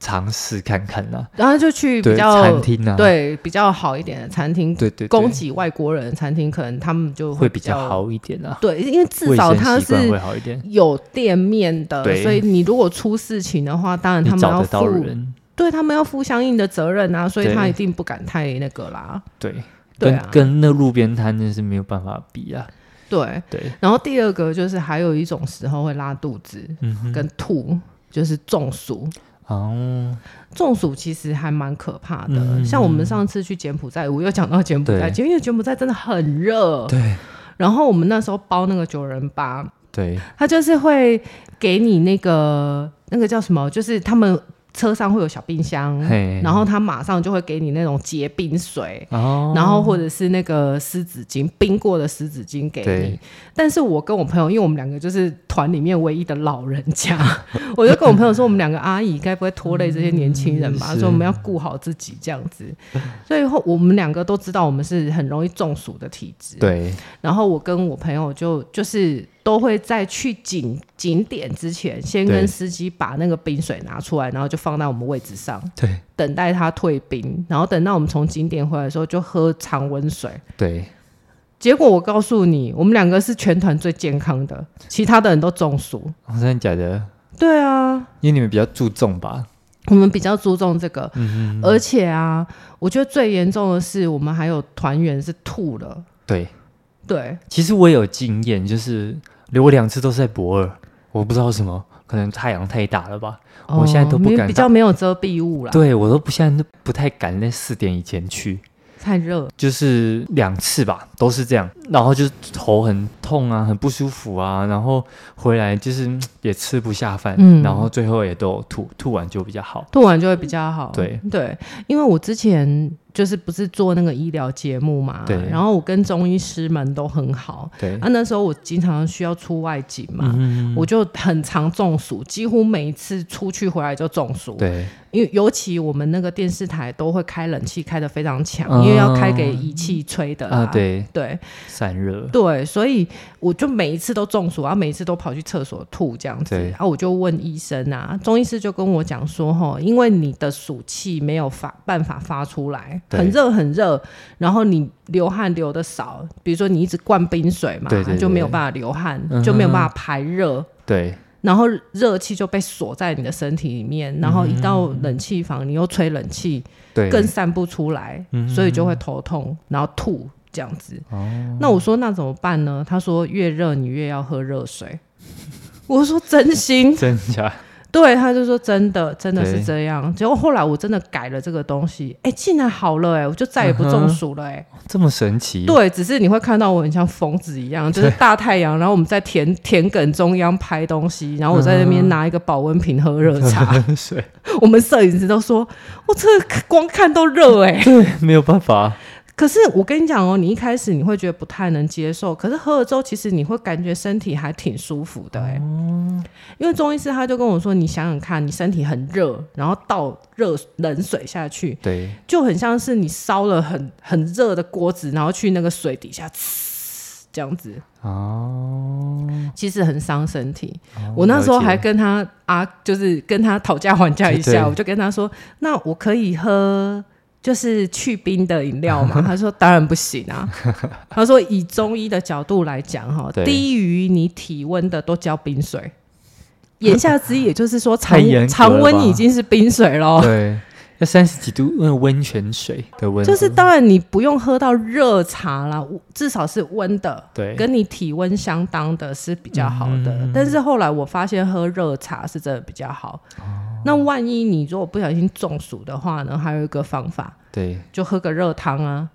Speaker 1: 尝试看看啦，
Speaker 2: 然后就去比
Speaker 1: 对，
Speaker 2: 较
Speaker 1: 餐厅啊，
Speaker 2: 对比较好一点的餐厅，
Speaker 1: 对对，对
Speaker 2: 供给外国人的餐厅，可能他们就
Speaker 1: 会比
Speaker 2: 比
Speaker 1: 较
Speaker 2: 较。
Speaker 1: 好一点啊，
Speaker 2: 对，因为至
Speaker 1: 卫
Speaker 2: 少
Speaker 1: 生
Speaker 2: 它
Speaker 1: 习惯
Speaker 2: 是
Speaker 1: 会好一点，
Speaker 2: 有店面的，
Speaker 1: 对
Speaker 2: 所以你如果出事情的话，当然
Speaker 1: 你
Speaker 2: 他们
Speaker 1: 找
Speaker 2: 要
Speaker 1: 得到
Speaker 2: 负，
Speaker 1: 人，
Speaker 2: 对他们要负相应的责任啊，所以
Speaker 1: 对
Speaker 2: 他一定不敢太那个啦。
Speaker 1: 对，
Speaker 2: 对
Speaker 1: 跟
Speaker 2: 啊
Speaker 1: 跟那路边摊真是没有办法比啊，
Speaker 2: 对，
Speaker 1: 对，
Speaker 2: 然后第二个就是还有一种时候会拉肚子
Speaker 1: 嗯哼，
Speaker 2: 跟吐，就是中暑。
Speaker 1: 哦，
Speaker 2: 中暑其实还蛮可怕的，
Speaker 1: 嗯
Speaker 2: 像我们上次去柬埔寨，我又讲到柬埔寨，
Speaker 1: 对
Speaker 2: 因为柬埔寨真的很热。
Speaker 1: 对
Speaker 2: 然后我们那时候包那个九人八，
Speaker 1: 对，
Speaker 2: 他就是会给你那个那个叫什么，就是他们车上会有小冰箱，
Speaker 1: 嘿
Speaker 2: 嗯然后他马上就会给你那种结冰水。
Speaker 1: 哦，
Speaker 2: 然后或者是那个湿纸巾，冰过的湿纸巾给你
Speaker 1: 对。
Speaker 2: 但是我跟我朋友，因为我们两个就是团里面唯一的老人家， 我就跟我朋友说，我们两个阿姨该不会拖累这些年轻人吧？
Speaker 1: 嗯是
Speaker 2: 所以我们要顾好自己这样子。所以后我们两个都知道，我们是很容易中暑的体质。。
Speaker 1: 对，
Speaker 2: 然后我跟我朋友就就是都会在去景景点之前，先跟
Speaker 1: 对
Speaker 2: 司机把那个冰水拿出来，然后就放在我们位置上。
Speaker 1: 对
Speaker 2: 等待它退冰，然后等到我们从景点回来的时候就喝常温水。
Speaker 1: 对，
Speaker 2: 结果我告诉你，我们两个是全团最健康的，其他的人都中暑。
Speaker 1: 哦真的假的？
Speaker 2: 对啊，
Speaker 1: 因为你们比较注重吧，
Speaker 2: 我们比较注重这个，
Speaker 1: 嗯
Speaker 2: 而且啊，我觉得最严重的是，我们还有团员是吐了。
Speaker 1: 对，
Speaker 2: 对，
Speaker 1: 其实我有经验，就是我两次都是在博尔，我不知道为什么，可能太阳太大了吧。我现在都不
Speaker 2: 因为
Speaker 1: 敢
Speaker 2: 比
Speaker 1: 打
Speaker 2: 哦较没有遮蔽物啦，
Speaker 1: 对我都不现在都不太敢在四点以前去，
Speaker 2: 太热了。
Speaker 1: 就是两次吧，都是这样，然后就是头很痛啊，很不舒服啊，然后回来就是嗯也吃不下饭，
Speaker 2: 嗯
Speaker 1: 然后最后也都有吐，吐完就比较好。
Speaker 2: 吐完就会比较好。
Speaker 1: 对
Speaker 2: 对，因为我之前就是不是做那个医疗节目嘛，
Speaker 1: 对
Speaker 2: 然后我跟中医师们都很好，
Speaker 1: 对，
Speaker 2: 啊，那时候我经常需要出外景嘛，
Speaker 1: 嗯
Speaker 2: 我就很常中暑，几乎每一次出去回来就中暑。，
Speaker 1: 对
Speaker 2: 因为尤其我们那个电视台都会开冷气开得非常强，
Speaker 1: 嗯
Speaker 2: 因为要开给仪器吹的啦
Speaker 1: 啊，对，
Speaker 2: 对
Speaker 1: 散热，
Speaker 2: 对，所以我就每一次都中暑，然后每一次都跑去厕所吐这样子。
Speaker 1: 对
Speaker 2: 然后我就问医生啊，中医师就跟我讲说，吼，因为你的暑气没有发办法发出来，
Speaker 1: 对
Speaker 2: 很热很热，然后你流汗流的少，比如说你一直灌冰水嘛，
Speaker 1: 对对对
Speaker 2: 就没有办法流汗，
Speaker 1: 嗯哼
Speaker 2: 就没有办法排热。
Speaker 1: 对
Speaker 2: 然后热气就被锁在你的身体里面，然后一到冷气房，你又吹冷气，
Speaker 1: 对，
Speaker 2: 更散不出来，
Speaker 1: 嗯哦
Speaker 2: 所以就会头痛，然后吐这样子。那我说那怎么办呢？他说越热你越要喝热水。 我说真心，
Speaker 1: 真假？
Speaker 2: 对，他就说真的，真的是
Speaker 1: 对
Speaker 2: 这样。结果后来我真的改了这个东西，哎、竟然好了、哎，我就再也不中暑了、哎、
Speaker 1: 这么神奇？
Speaker 2: 对，只是你会看到我很像疯子一样，就是大太阳，然后我们在田田埂中央拍东西，然后我在那边拿一个保温瓶喝热茶，
Speaker 1: 水
Speaker 2: 我们摄影师都说，我这光看都热哎、
Speaker 1: 没有办法，
Speaker 2: 可是我跟你讲哦，你一开始你会觉得不太能接受，可是喝了之后，其实你会感觉身体还挺舒服的哎、因为中医师他就跟我说，你想想看，你身体很热，然后倒热冷水下去，
Speaker 1: 对，
Speaker 2: 就很像是你烧了很很热的锅子，然后去那个水底下，呲这样子
Speaker 1: 哦，
Speaker 2: 其实很伤身体。
Speaker 1: 哦
Speaker 2: 我那时候还
Speaker 1: 了解
Speaker 2: 跟他啊，就是跟他讨价还价一
Speaker 1: 对
Speaker 2: 下，我就跟他说：“那我可以喝就是去冰的饮 料吗？”他说：“当然不行啊。”他说：“以中医的角度来讲，哈，
Speaker 1: 对
Speaker 2: 低于你体温的都叫冰水。”言下之意，也就是说常
Speaker 1: 太严格了吧
Speaker 2: 常温已经是冰水喽。
Speaker 1: 对，那三十几度那温泉水的温度，
Speaker 2: 就是当然你不用喝到热茶啦，至少是温的，
Speaker 1: 对
Speaker 2: 跟你体温相当的是比较好的。
Speaker 1: 嗯
Speaker 2: 但是后来我发现喝热茶是真的比较好。
Speaker 1: 哦
Speaker 2: 那万一你如果不小心中暑的话呢，还有一个方法，
Speaker 1: 对
Speaker 2: 就喝个热汤啊，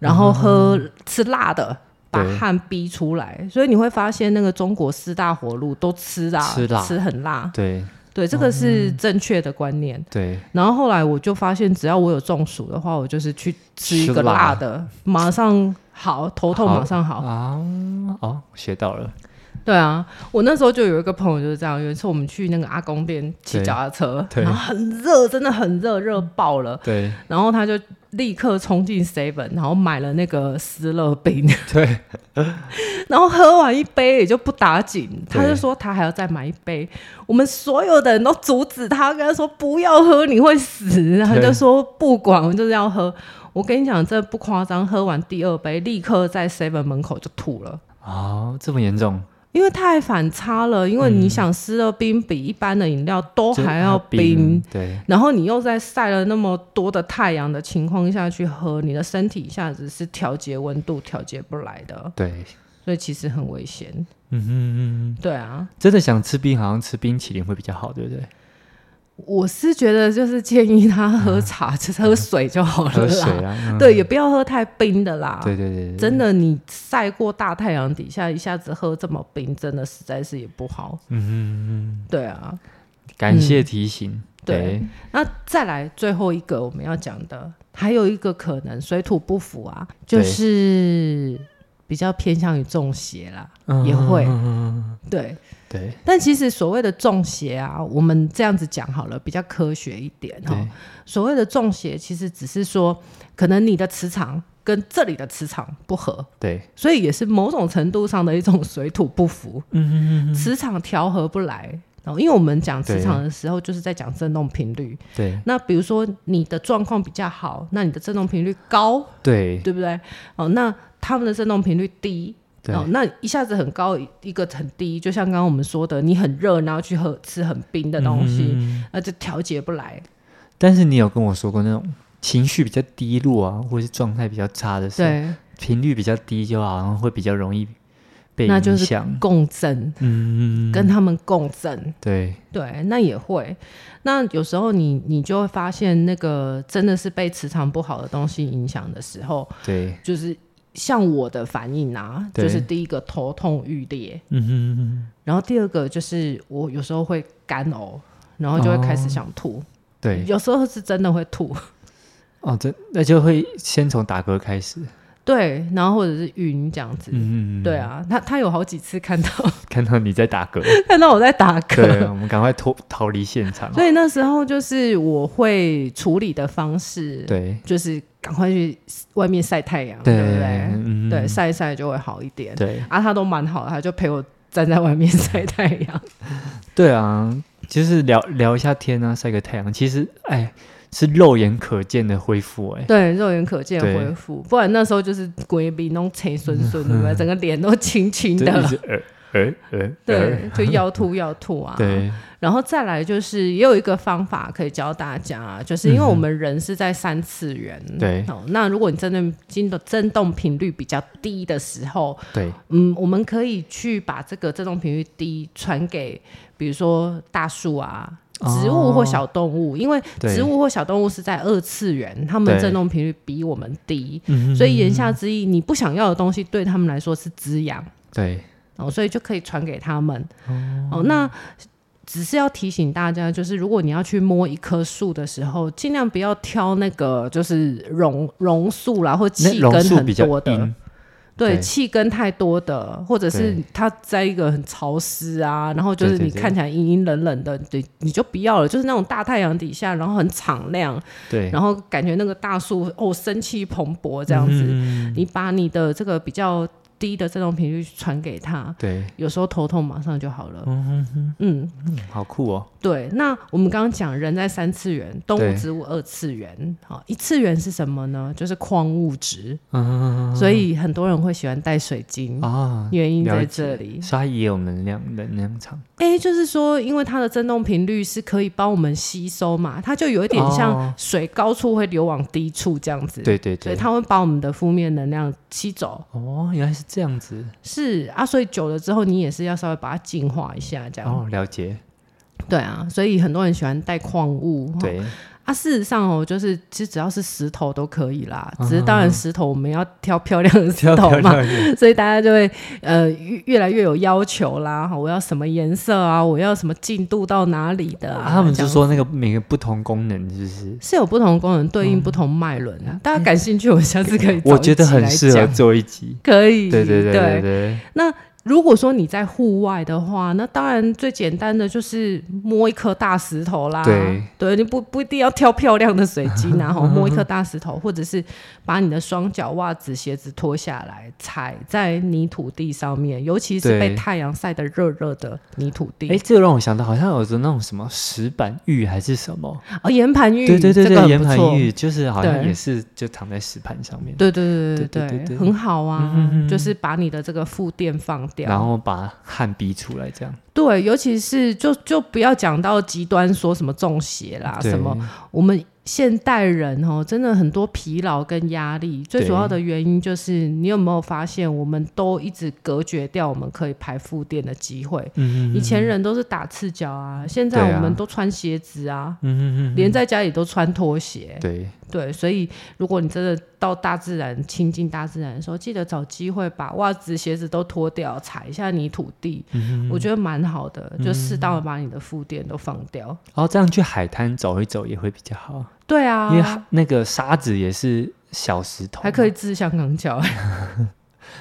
Speaker 2: 然后喝、吃辣的。把
Speaker 1: 嗯对
Speaker 2: 汗逼出来，所以你会发现那个中国四大火炉都吃辣，
Speaker 1: 吃辣哦嗯
Speaker 2: 很辣，
Speaker 1: 对
Speaker 2: 对，这个是正确的观念。
Speaker 1: 对，
Speaker 2: 然后后来我就发现，只要我有中暑的话，我就是去吃一个辣的，马上好，头痛
Speaker 1: 好
Speaker 2: 马上好。
Speaker 1: 啊哦，学到了，
Speaker 2: 对啊，我那时候就有一个朋友就是这样，有一次我们去那个阿公店骑脚踏车，
Speaker 1: 对对
Speaker 2: 然后很热，真的很热，热爆了。
Speaker 1: 对
Speaker 2: 然后他就立刻冲进 seven，然后买了那个斯乐冰，
Speaker 1: 对，
Speaker 2: 然后喝完一杯也就不打紧，
Speaker 1: 对
Speaker 2: 他就说他还要再买一杯。我们所有的人都阻止他，跟他说不要喝，你会死。他就说不管，我就是要喝。我跟你讲，这不夸张，喝完第二杯，立刻在 Seven 门口就吐了。
Speaker 1: 哦，这么严重，
Speaker 2: 因为太反差了，因为你想湿的冰比一般的饮料都
Speaker 1: 就是
Speaker 2: 哦还要
Speaker 1: 它
Speaker 2: 冰，
Speaker 1: 对
Speaker 2: 然后你又在晒了那么多的太阳的情况下去喝，你的身体一下子是调节温度调节不来的，
Speaker 1: 对，
Speaker 2: 所以其实很危险。
Speaker 1: 嗯哼嗯
Speaker 2: 对啊，
Speaker 1: 哼，真的想吃冰，好像吃冰淇淋会比较好，对不对？
Speaker 2: 我是觉得就是建议他喝茶，就是喝水就好了
Speaker 1: 嗯喝水
Speaker 2: 哦啦。
Speaker 1: 啊，嗯
Speaker 2: 对，也不要喝太冰的啦。
Speaker 1: 对对对对，
Speaker 2: 真的，你晒过大太阳底下，一下子喝这么冰，真的实在是也不好。
Speaker 1: 嗯哼嗯
Speaker 2: 对啊，
Speaker 1: 哼，感谢提醒，
Speaker 2: 嗯对那再来最后一个我们要讲的，还有一个可能水土不服啊，就
Speaker 1: 对
Speaker 2: 是比较偏向于中邪啦，
Speaker 1: 嗯
Speaker 2: 也会哦
Speaker 1: 嗯
Speaker 2: 对。
Speaker 1: 对
Speaker 2: 但其实所谓的中邪啊，我们这样子讲好了，比较科学一点哈、
Speaker 1: 对
Speaker 2: 所谓的中邪，其实只是说，可能你的磁场跟这里的磁场不合，
Speaker 1: 对，
Speaker 2: 所以也是某种程度上的一种水土不服，
Speaker 1: 嗯哼嗯哼，
Speaker 2: 磁场调和不来。然后，因为我们讲磁
Speaker 1: 对
Speaker 2: 场的时候，就是在讲振动频率。
Speaker 1: 对
Speaker 2: 那比如说你的状况比较好，那你的振动频率高，
Speaker 1: 对
Speaker 2: 对不对？哦，那他们的振动频率低，
Speaker 1: 对
Speaker 2: 哦，那一下子很高，一个很低，就像刚刚我们说的，你很热，然后去喝吃很冰的东
Speaker 1: 嗯
Speaker 2: 西，那就调节不来。
Speaker 1: 但是你有跟我说过那种情绪比较低落啊，或者是状态比较差的时候，
Speaker 2: 对，
Speaker 1: 频率比较低，就好像会比较容易被
Speaker 2: 那就
Speaker 1: 影
Speaker 2: 是
Speaker 1: 响。
Speaker 2: 共振，
Speaker 1: 嗯，
Speaker 2: 跟他们共振。
Speaker 1: 对
Speaker 2: 对，那也会。那有时候你你就会发现，那个真的是被磁场不好的东西影响的时候，
Speaker 1: 对，
Speaker 2: 就是像我的反应啊，
Speaker 1: 对
Speaker 2: 就是第一个头痛欲裂，
Speaker 1: 嗯哼嗯哼，
Speaker 2: 然后第二个就是我有时候会干呕，然后就会开始想吐，
Speaker 1: 对
Speaker 2: 有时候是真的会吐，
Speaker 1: 哦，这那就会先从打嗝开始。
Speaker 2: 对，然后或者是晕这样子。
Speaker 1: 嗯嗯，
Speaker 2: 对啊，他他有好几次看到
Speaker 1: 看到你在打 嗝，
Speaker 2: 看到我在打
Speaker 1: 对，啊
Speaker 2: 嗝，
Speaker 1: 我们赶快脱逃离现场。
Speaker 2: 所以那时候就是我会处理的方式，
Speaker 1: 对
Speaker 2: 就是赶快去外面晒太阳，
Speaker 1: 对
Speaker 2: 不对？
Speaker 1: 嗯
Speaker 2: 对，晒一晒就会好一点。
Speaker 1: 对
Speaker 2: 啊，他都蛮好的，他就陪我站在外面 晒太阳。
Speaker 1: 对啊，就是聊聊一下天啊，晒个太阳，其实哎是肉眼可见的恢复哎、
Speaker 2: 对，肉眼可见的
Speaker 1: 对
Speaker 2: 恢复，不然那时候就是鬼鼻弄青顺顺的，对不对整个脸都青青
Speaker 1: 就一
Speaker 2: 的，
Speaker 1: 直呃呃呃呃，
Speaker 2: 对，就要吐要吐啊。，
Speaker 1: 对
Speaker 2: 然后再来就是也有一个方法可以教大家，就是因为我们人是在三次元，
Speaker 1: 嗯对
Speaker 2: 哦，那如果你真的经的振动频率比较低的时候，
Speaker 1: 对
Speaker 2: 嗯，我们可以去把这个振动频率低传给，比如说大树啊。植物或小动物，因为
Speaker 1: 哦对
Speaker 2: 植物或小动物是在二次元，它们
Speaker 1: 对
Speaker 2: 振动频率比我们低，
Speaker 1: 嗯
Speaker 2: 所以言下之意，你不想要的东西对他们来说是滋养
Speaker 1: 对
Speaker 2: 哦，所以就可以传给他们哦那只是要提醒大家，就是如果你要去摸一棵树的时候，尽量不要挑那个就是榕榕树啦，或
Speaker 1: 那
Speaker 2: 气根
Speaker 1: 榕树
Speaker 2: 很
Speaker 1: 比较
Speaker 2: 多的
Speaker 1: 硬，，
Speaker 2: 对
Speaker 1: 对
Speaker 2: 气根太多的，或者是
Speaker 1: 对
Speaker 2: 它在一个很潮湿啊，然后就是
Speaker 1: 对对
Speaker 2: 你
Speaker 1: 对
Speaker 2: 看起来阴阴冷冷的，对，你就不要了。就是那种大太阳底下，然后很敞亮，
Speaker 1: 对，
Speaker 2: 然后感觉那个大树哦生气蓬勃这样子，
Speaker 1: 嗯
Speaker 2: 你把你的这个比较低的振动频率传给他，
Speaker 1: 对，
Speaker 2: 有时候头痛马上就好了。
Speaker 1: 嗯哼哼，
Speaker 2: 嗯，
Speaker 1: 嗯好酷哦，
Speaker 2: 对，那我们刚刚讲人在三次元，动物、植物二次元，好，一次元是什么呢？就是矿物质，
Speaker 1: 嗯哼哼哼
Speaker 2: 所以很多人会喜欢戴水晶，
Speaker 1: 啊，
Speaker 2: 原因在
Speaker 1: 了
Speaker 2: 这里。
Speaker 1: 所以它也有能量能量场，
Speaker 2: 哎，就是说，因为它的振动频率是可以帮我们吸收嘛，它就有一点像
Speaker 1: 哦
Speaker 2: 水高处会流往低处这样子，
Speaker 1: 对对
Speaker 2: 所
Speaker 1: 对
Speaker 2: 以，它会把我们的负面能量吸走。
Speaker 1: 哦，原来是这样子，
Speaker 2: 是啊，所以久了之后，你也是要稍微把它净化一下这样。
Speaker 1: 哦，了解，
Speaker 2: 对啊，所以很多人喜欢戴矿物。哦
Speaker 1: 对，
Speaker 2: 啊，事实上哦，就是其实只要是石头都可以啦，
Speaker 1: 啊
Speaker 2: 只是当然石头我们要挑漂亮的石头嘛，所以大家就会呃越越来越有要求啦。哈我要什么颜色啊？我要什么进度到哪里的啊？
Speaker 1: 啊他们
Speaker 2: 这
Speaker 1: 就
Speaker 2: 样
Speaker 1: 说那个每个不同功能，是不是？
Speaker 2: 是有不同的功能对应不同脉轮啊。大家感兴趣，我下次可以
Speaker 1: 嗯我
Speaker 2: 找一
Speaker 1: 觉得
Speaker 2: 集
Speaker 1: 很
Speaker 2: 来
Speaker 1: 适合
Speaker 2: 讲，
Speaker 1: 做一集。
Speaker 2: 可以，
Speaker 1: 对对对
Speaker 2: 对
Speaker 1: 对对，
Speaker 2: 那如果说你在户外的话，那当然最简单的就是摸一颗大石头啦。
Speaker 1: 对，
Speaker 2: 你不不一定要挑漂亮的水晶 啊，然后摸一颗大石头，或者是把你的双脚、袜子、鞋子脱下来，踩在泥土地上面，尤其
Speaker 1: 对
Speaker 2: 是被太阳晒得热热的泥土地。
Speaker 1: 哎，这个让我想到好像有的那种什么石板浴还是什么，
Speaker 2: 哦，岩盘浴，
Speaker 1: 对对对
Speaker 2: 这个
Speaker 1: 对，
Speaker 2: 很
Speaker 1: 岩
Speaker 2: 不
Speaker 1: 盘
Speaker 2: 错
Speaker 1: 浴就是好像
Speaker 2: 对
Speaker 1: 也是就躺在石盘上面，
Speaker 2: 对对对
Speaker 1: 对
Speaker 2: 对
Speaker 1: 对对
Speaker 2: 很好啊，
Speaker 1: 嗯哼哼
Speaker 2: 就是把你的这个负电放掉，
Speaker 1: 然后把汗逼出来这样。
Speaker 2: 对，尤其是就就不要讲到极端，说什么中邪啦，
Speaker 1: 对
Speaker 2: 什么我们现代人哦，真的很多疲劳跟压力，最
Speaker 1: 对
Speaker 2: 主要的原因就是你有没有发现，我们都一直隔绝掉我们可以排负电的机会。
Speaker 1: 嗯
Speaker 2: 以
Speaker 1: 嗯
Speaker 2: 前人都是打赤脚啊，现
Speaker 1: 对
Speaker 2: 在
Speaker 1: 啊
Speaker 2: 我们都穿鞋子啊，
Speaker 1: 嗯嗯
Speaker 2: 连在家里都穿拖鞋。
Speaker 1: 对，
Speaker 2: 对，所以如果你真的到大自然亲近大自然的时候，记得找机会把袜子、鞋子都脱掉，踩一下泥土地，
Speaker 1: 嗯
Speaker 2: 我觉得蛮好的，就适当的把你的负电都放掉。
Speaker 1: 然后这样去海滩走一走也会比较好，
Speaker 2: 对啊，
Speaker 1: 因为那个沙子也是小石头，
Speaker 2: 还可以。治香港脚，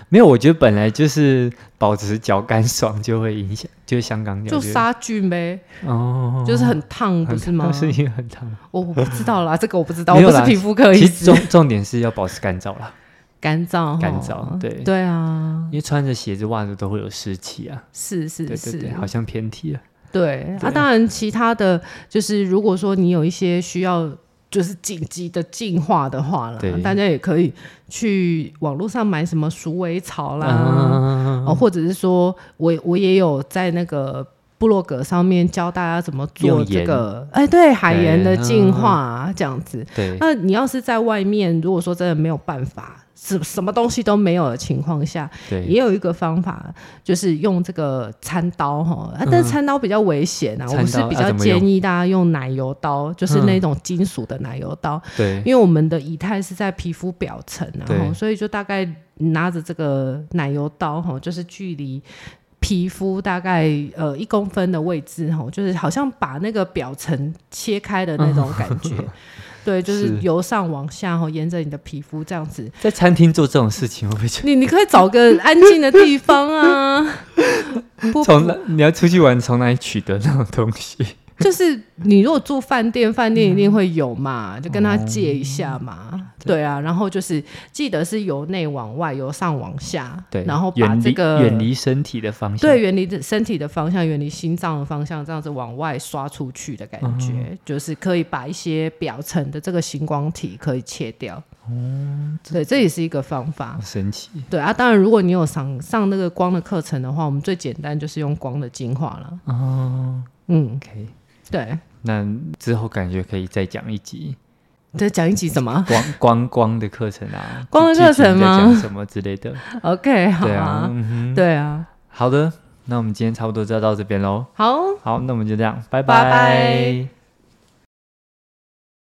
Speaker 1: 没有，我觉得本来就是保持脚感爽就会影响，就是香港脚
Speaker 2: 就
Speaker 1: 会
Speaker 2: 杀菌呗，
Speaker 1: 哦，
Speaker 2: 就是很烫，不
Speaker 1: 很
Speaker 2: 是
Speaker 1: 烫
Speaker 2: 吗？
Speaker 1: 是因为很 烫。
Speaker 2: 我我不知道啦，这个我不知道，我
Speaker 1: 没有
Speaker 2: 不是
Speaker 1: 啦
Speaker 2: 皮肤科医
Speaker 1: 其实
Speaker 2: 师
Speaker 1: 重。重点是要保持干燥啦，
Speaker 2: 干燥，
Speaker 1: 干
Speaker 2: 吼
Speaker 1: 燥对
Speaker 2: 对啊，
Speaker 1: 因为穿着鞋子、袜子都会有湿气啊。
Speaker 2: 是是
Speaker 1: 对
Speaker 2: 是，
Speaker 1: 对对，好像偏题了。
Speaker 2: 对，啊，
Speaker 1: 对
Speaker 2: 当然其他的就是，如果说你有一些需要就是紧急的净化的话啦
Speaker 1: 对，
Speaker 2: 大家也可以去网络上买什么鼠尾草啦，
Speaker 1: 嗯
Speaker 2: 哦，或者是说我我也有在那个。部落格上面教大家怎么做
Speaker 1: 用
Speaker 2: 这
Speaker 1: 盐
Speaker 2: 个，哎，对，海盐的
Speaker 1: 对
Speaker 2: 净
Speaker 1: 嗯
Speaker 2: 化、啊、这样子。
Speaker 1: 对，
Speaker 2: 那你要是在外面，如果说真的没有办法，什什么东西都没有的情况下，也
Speaker 1: 对，
Speaker 2: 有一个方法，就是用这个餐刀哈、啊，但是餐刀比较危险啊，
Speaker 1: 嗯餐刀
Speaker 2: 我们是比
Speaker 1: 啊
Speaker 2: 较
Speaker 1: 怎么嗯
Speaker 2: 建议大家用奶油刀，就是那种金属的奶油刀，
Speaker 1: 对，
Speaker 2: 因为我们的仪态是在皮肤表层啊，
Speaker 1: 对
Speaker 2: 吼所以就大概拿着这个奶油刀哈，就是距离。皮肤大概呃一公分的位置吼，就是好像把那个表层切开的那种感 觉，对，就是
Speaker 1: 是
Speaker 2: 由上往下吼，沿着你的皮肤这样子，
Speaker 1: 在餐厅做这种事情，会不会觉
Speaker 2: 你你可以找个安静的地方 啊，不
Speaker 1: 得从哪你要出去玩，从哪里取得那种东西？
Speaker 2: 就是你如果住饭店，饭店一定会有
Speaker 1: 哦
Speaker 2: 嘛，就跟他借一下
Speaker 1: 嗯
Speaker 2: 嘛，对啊，然后就是记得是由内往外，由上往下，
Speaker 1: 对，
Speaker 2: 然后把
Speaker 1: 远
Speaker 2: 这
Speaker 1: 离
Speaker 2: 个
Speaker 1: 远离身体的方向。
Speaker 2: 对，远离的身体的方向，远离心脏的方向，这样子往外刷出去的感觉，
Speaker 1: 嗯
Speaker 2: 就是可以把一些表层的这个星光体可以切掉。
Speaker 1: 嗯
Speaker 2: 对，这也是一个方法
Speaker 1: 哦好。神奇。
Speaker 2: 对啊，当然，如果你有上上那个光的课程的话，我们最简单就是用光的进化了。
Speaker 1: 哦
Speaker 2: 嗯，
Speaker 1: ，OK，
Speaker 2: 对。
Speaker 1: 那之后感觉可以再讲一集
Speaker 2: 再讲一集什么
Speaker 1: 光 光光的课程啊，
Speaker 2: 光的
Speaker 1: 具体
Speaker 2: 课程
Speaker 1: 在
Speaker 2: 吗
Speaker 1: 讲什么之类 的？
Speaker 2: ？OK，好
Speaker 1: 对啊，
Speaker 2: 啊，
Speaker 1: 嗯哼，
Speaker 2: 对啊，
Speaker 1: 好的，那我们今天差不多就到这边喽。
Speaker 2: 好。
Speaker 1: 好，那我们就这样，拜
Speaker 2: 拜
Speaker 1: 拜
Speaker 2: 拜